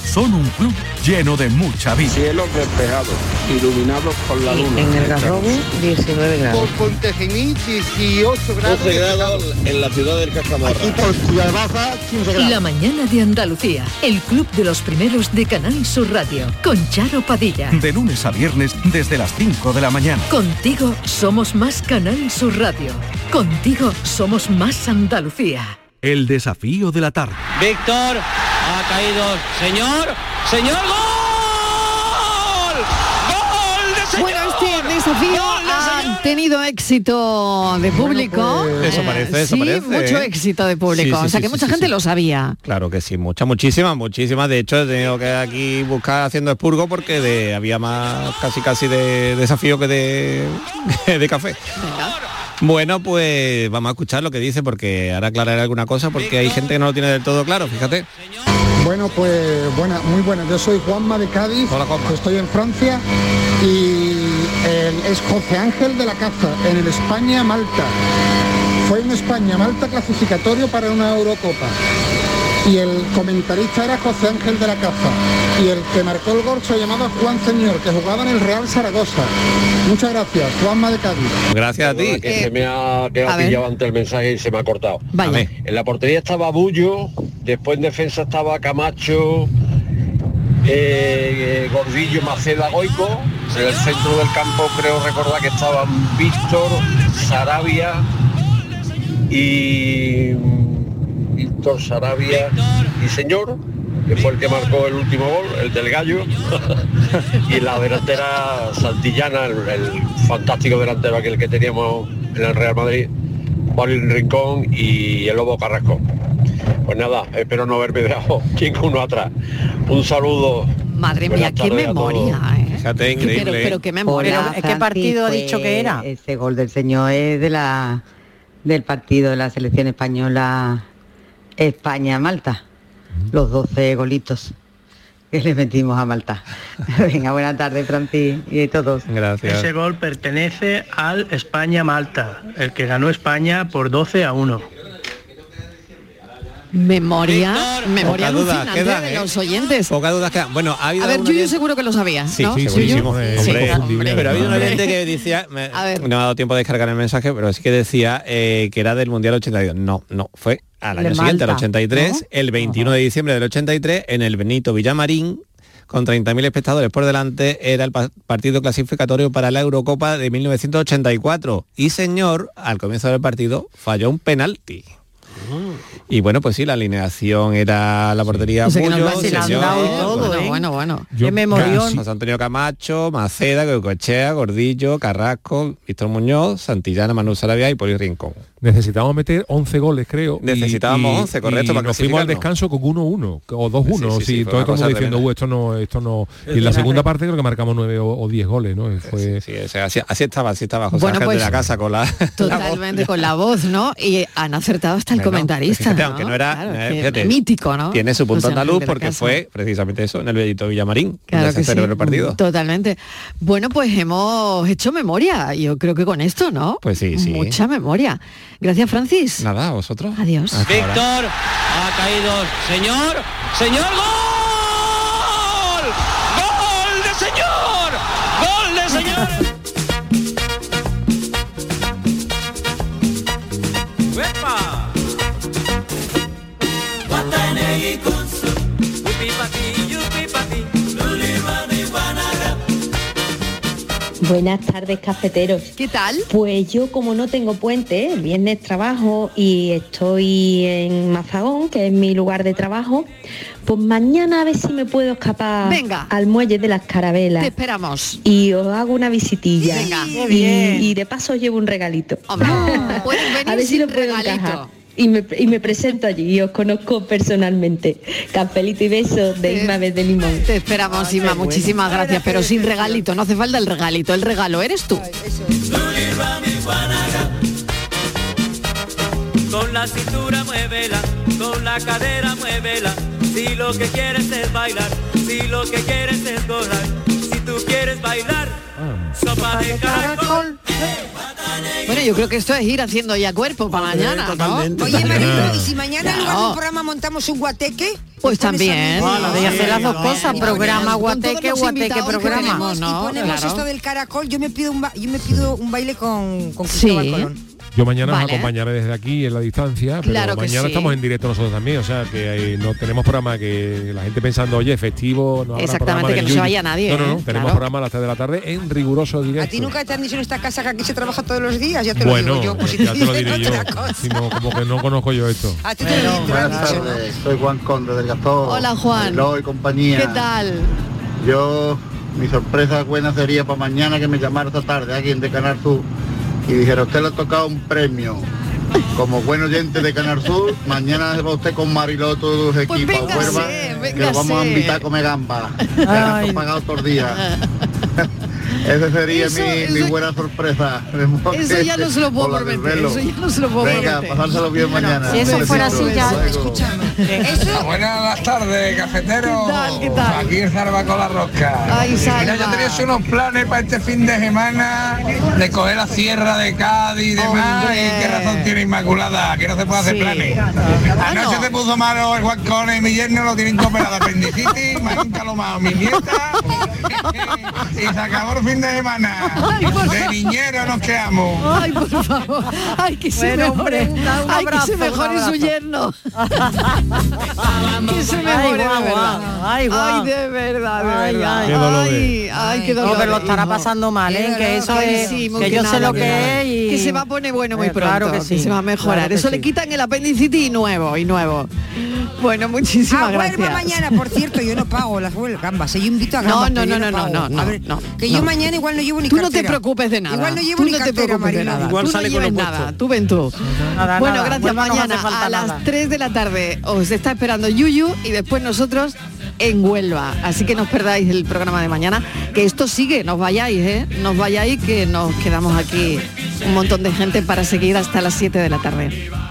S27: son un club lleno de mucha vida. Cielos despejados, iluminados por la luna.
S28: En el Garrobo,
S8: 19
S28: Por Pontejimí, 18 grados.
S8: 12 grados en la ciudad del Cajamarra.
S28: Y por Ciudad Baja, 15 grados.
S29: La mañana de Andalucía, el club de los primeros de Canal Sur Radio, con Charo Padilla.
S27: De lunes a viernes desde las 5 de la mañana.
S29: Contigo somos más Canal Sur Radio. Contigo somos más Andalucía.
S27: El desafío de la tarde.
S30: Víctor ha caído. Señor, señor, gol. Gol de señor.
S2: Bueno, este desafío ha tenido éxito de público.
S10: pues, Eso
S2: Eh,
S10: parece, eso
S2: sí,
S10: parece,
S2: mucho
S10: ¿eh?
S2: éxito de público.
S10: Sí, sí,
S2: o sea
S10: sí,
S2: que
S10: sí,
S2: mucha
S10: sí,
S2: gente
S10: sí.
S2: lo sabía.
S10: Claro que sí, muchas, muchísimas, muchísimas. De hecho, he tenido que aquí buscar haciendo expurgo porque de, había más casi casi de desafío que de, de café. Bueno, pues vamos a escuchar lo que dice porque ahora aclararé alguna cosa porque hay gente que no lo tiene del todo claro, fíjate.
S28: Bueno, pues buena, muy buena. Yo soy Juanma de Cádiz. Estoy en Francia y eh, es José Ángel de la Caza en el España-Malta. Fue un España-Malta clasificatorio para una Eurocopa. Y el comentarista era José Ángel de la Caza. Y el que marcó el gol se llamaba Juan Señor, que jugaba en el Real Zaragoza. Muchas gracias, Juanma de Cádiz.
S10: Gracias a ti.
S8: Que se me ha quedado
S28: A ver.
S8: pillado ante el mensaje y se me ha cortado.
S10: Vaya. A ver.
S8: En la portería estaba Bullo, después en defensa estaba Camacho, eh, eh, Gordillo, Maceda, Goico. En el centro del campo creo recordar que estaban Víctor, Sarabia y mm, Víctor Sarabia y señor que fue el que marcó el último gol, el del gallo, y en la delantera Santillana, el, el fantástico delantero aquel que teníamos en el Real Madrid, Marín Rincón y el Lobo Carrasco. Pues nada, espero no haberme dejado uno atrás. Un saludo.
S2: Madre mía,
S8: Buenas
S2: qué
S8: tardes a todos.
S2: memoria.
S10: Fíjate,
S2: increíble. ¿eh? Pero- pero qué memoria. Pero, ¿qué
S14: Francis, partido ha dicho que era?
S28: Ese pues, este gol del señor es de la del partido de la selección española España-Malta. Los 12 golitos que le metimos a Malta. Venga, buena tarde, Francis, y a todos.
S10: Gracias.
S31: Ese gol pertenece al España-Malta, el que ganó España por 12 a 1.
S2: Memoria, memoria
S10: Poca duda,
S2: alucinante
S10: quedan,
S2: de
S10: ¿eh?
S2: los oyentes.
S10: Pocas dudas quedan. Bueno, ha habido
S2: A ver,
S10: un
S2: Yuyu
S10: oyente-
S2: seguro que lo sabía,
S10: Sí,
S2: ¿no?
S10: segurísimo.
S2: ¿Yuyu?
S10: Hombre,
S2: Sí.
S10: Pero había un
S2: Hombre.
S10: oyente que decía, me-
S2: A ver.
S10: no me ha dado tiempo de descargar el mensaje, pero sí que decía eh, que era del Mundial 82. No, no, fue al
S31: De
S10: año siguiente, al
S31: Malta,
S10: 83, el 21 de diciembre del 83, en el Benito Villamarín, con 30.000 espectadores por delante, era el pa- partido clasificatorio para la Eurocopa de 1984. Y señor, al comienzo del partido, falló un penalti. Y bueno, pues sí, la alineación era la portería
S2: O sea, que nos lo
S10: Bullo,
S2: has
S10: señor,
S2: ilandado todo,
S10: bueno,
S2: ¿eh? Bueno, bueno.
S10: yo Pues Antonio Camacho, Maceda, Goicoechea, Gordillo, Carrasco, Víctor Muñoz, Santillana, Manuel Sarabia y Poli Rincón.
S5: Necesitábamos meter 11 goles, creo. y-
S10: Necesitábamos
S5: y-
S10: 11, correcto,
S5: y
S10: para
S5: nos fuimos al
S10: clasificarnos.
S5: descanso con 1-1 o 2-1.
S10: Sí,
S5: Sí,
S10: sí, sí, fue
S5: todo
S10: una
S5: el mundo
S10: cosa
S5: diciendo,
S10: tremenda.
S5: "Uh, esto no, esto no. Y en
S10: Era
S5: la segunda parte creo que marcamos 9 o, o 10 goles, ¿no? Fue...
S10: Sí, o sea, así, así estaba, así estaba José
S5: Bueno,
S10: Ángel
S5: pues,
S10: de la casa con la.
S2: Totalmente con la voz, ¿no? Y han acertado hasta el
S10: Bueno,
S2: comentarista.
S10: fíjate,
S2: ¿no?
S10: aunque no era-
S2: Ah, Claro,
S10: eh,
S2: que
S10: fíjate,
S2: mítico, ¿no?
S10: Tiene su punto
S2: José Ángel
S10: andaluz
S2: de la
S10: porque
S2: Casa.
S10: fue precisamente eso, en el Bellito Villamarín,
S2: Claro
S10: donde
S2: que sí,
S10: se celebró Pues el partido.
S2: totalmente. Bueno, pues hemos hecho memoria, yo creo que con esto, ¿no?
S10: Pues sí, sí.
S2: Mucha memoria. Gracias, Francis.
S10: Nada, a vosotros.
S2: Adiós.
S10: Hasta ahora.
S30: Víctor ha caído. Señor, señor, gol. Gol de señor. Gol de señor.
S11: Watanegi kunsu, upi pati, yupi pati, lulimani wanaga.
S31: Buenas tardes, cafeteros.
S2: ¿Qué tal?
S31: Pues yo como no tengo puente, el viernes trabajo y estoy en Mazagón, que es mi lugar de trabajo, pues mañana a ver si me puedo escapar al muelle de las carabelas.
S2: Te esperamos.
S31: Y os hago una visitilla.
S2: Venga. Qué
S31: Y,
S2: bien.
S31: y de paso os llevo un regalito.
S2: Puedes venir
S31: a ver si
S2: sin
S31: lo puedo
S2: regalito.
S31: encajar. Y me, y me presento allí y os conozco personalmente. Capelito y besos de Isma Vez de Limón.
S2: Te esperamos, Inma, muchísimas gracias, pero sin regalito, no hace falta el regalito, el regalo eres tú.
S11: Lulimani wanaga. Con la cintura muévela, con la cadera muévela. Si lo que quieres es bailar, si lo que quieres es gozar, si tú quieres bailar, sopa de caracol.
S2: Bueno, yo creo que esto es ir haciendo ya cuerpo para mañana, ¿no?
S7: totalmente. Oye, Marilo, ¿y si mañana en lugar de un programa montamos un guateque?
S2: Pues también.
S7: Bueno,
S6: de hacer las dos
S7: ¿eh?
S6: cosas, programa guateque, guateque,
S7: Y
S6: programa.
S7: ponemos esto del caracol, yo me pido un, ba- yo me pido un baile con, con Cristóbal Colón.
S5: Yo mañana os
S7: Vale.
S5: acompañaré desde aquí en la distancia, pero
S7: Claro que
S5: mañana
S7: sí.
S5: estamos en directo nosotros también, o sea que ahí no tenemos programa que la gente pensando, oye, festivo, no habrá
S2: Exactamente,
S5: programa del
S2: que no se
S5: Yuyu.
S2: vaya nadie,
S5: No, no, no,
S2: ¿eh?
S5: tenemos
S2: Claro.
S5: programa a las 3 de la tarde en riguroso directo.
S7: A ti nunca te han dicho en esta casa que aquí se trabaja todos los días, ya te
S5: bueno,
S7: lo digo yo. pues si
S5: ya te lo
S7: dicen
S5: diré yo.
S7: otra cosa.
S5: Si no, como que no conozco yo esto.
S7: A ti te lo digo.
S32: Buenas tardes, soy Juan Conde del Gastón.
S2: Hola, Juan.
S32: Mariló y compañía.
S2: ¿Qué tal?
S32: Yo, mi sorpresa buena sería para mañana que me llamara esta tarde alguien de Canal Sur y dijera, usted le ha tocado un premio. Como buen oyente de Canal Sur, mañana se va usted con Mariló todos
S2: Pues
S32: los equipos a Huelva, que lo vamos a
S11: véngase.
S32: invitar a comer gamba. Que gasto pagado todos los días. Esa sería
S11: Eso-
S32: mi, mi
S11: eso-
S32: buena sorpresa.
S11: Eso ya no se lo puedo
S32: Hola,
S11: prometer,
S32: desvelo.
S11: eso ya no se lo puedo
S32: Venga,
S11: prometer.
S32: pasárselo bien
S11: Bueno,
S32: mañana.
S11: si eso
S32: Un
S11: fuera así, ya-
S32: besito.
S33: Buenas tardes, cafetero.
S11: ¿Qué tal, qué tal?
S33: Aquí el Zarba con la rosca.
S11: Ay,
S33: Mira, yo
S11: Zarba.
S33: tenía unos planes para este fin de semana de coger la sierra de Cádiz y demás. Y qué razón tiene Inmaculada, que no se puede hacer
S11: Sí.
S33: planes.
S11: Ah,
S33: Anoche
S11: no.
S33: se puso malo el Juan Cone y mi yerno lo tienen que operar de apendicitis, me han calomado mi nieta. y se acabó el fin de semana.
S11: Ay, por
S33: de
S11: favor.
S33: niñero nos quedamos.
S11: Ay, por favor. Ay, que se Bueno, mejore. hombre, un- un Ay, que abrazo, se un mejore su abrazo.
S2: yerno.
S11: que se
S2: Ay,
S11: mejore, de
S2: guau,
S11: verdad.
S2: guau.
S11: Ay,
S2: Ay,
S11: de
S2: verdad,
S11: de
S2: Ay,
S11: verdad.
S2: ay,
S11: Qué dolor
S2: ay, ay, qué dolor.
S6: No, pero lo estará pasando mal, ¿eh? Que eso es- que yo sé lo que es y-
S2: Que se va a poner bueno muy
S6: Eh,
S2: pronto,
S6: claro
S2: que,
S6: que sí,
S2: se va a mejorar.
S6: claro que
S2: eso le
S6: sí.
S2: quitan el apendicitis y nuevo, y nuevo. Bueno, muchísimas
S7: A
S2: gracias.
S7: Huelva "Ah, mañana, por cierto, yo no pago las huel- gambas, eh, yo invito a
S2: No,
S7: gambas.
S2: no,
S7: pero yo
S2: no, no,
S7: pago.
S2: no, no,
S7: A ver,
S2: no,
S7: Que
S2: no.
S7: yo mañana igual no llevo ni
S2: Tú no
S7: cartera.
S2: te preocupes de nada.
S7: Igual no llevo
S2: Tú
S7: ni
S2: no te
S7: cartera,
S2: preocupes de
S7: Marilo.
S2: nada. Tú no lleves nada. Tú ven tú.
S6: Nada,
S2: bueno,
S6: nada.
S2: gracias.
S6: Huelva no hace
S2: Mañana
S6: falta
S2: a las
S6: nada.
S2: 3 de la tarde os está esperando Yuyu y después nosotros en Huelva. Así que no os perdáis el programa de mañana, que esto sigue, nos vayáis, ¿eh? Nos vayáis que nos quedamos aquí un montón de gente para seguir hasta las 7 de la tarde.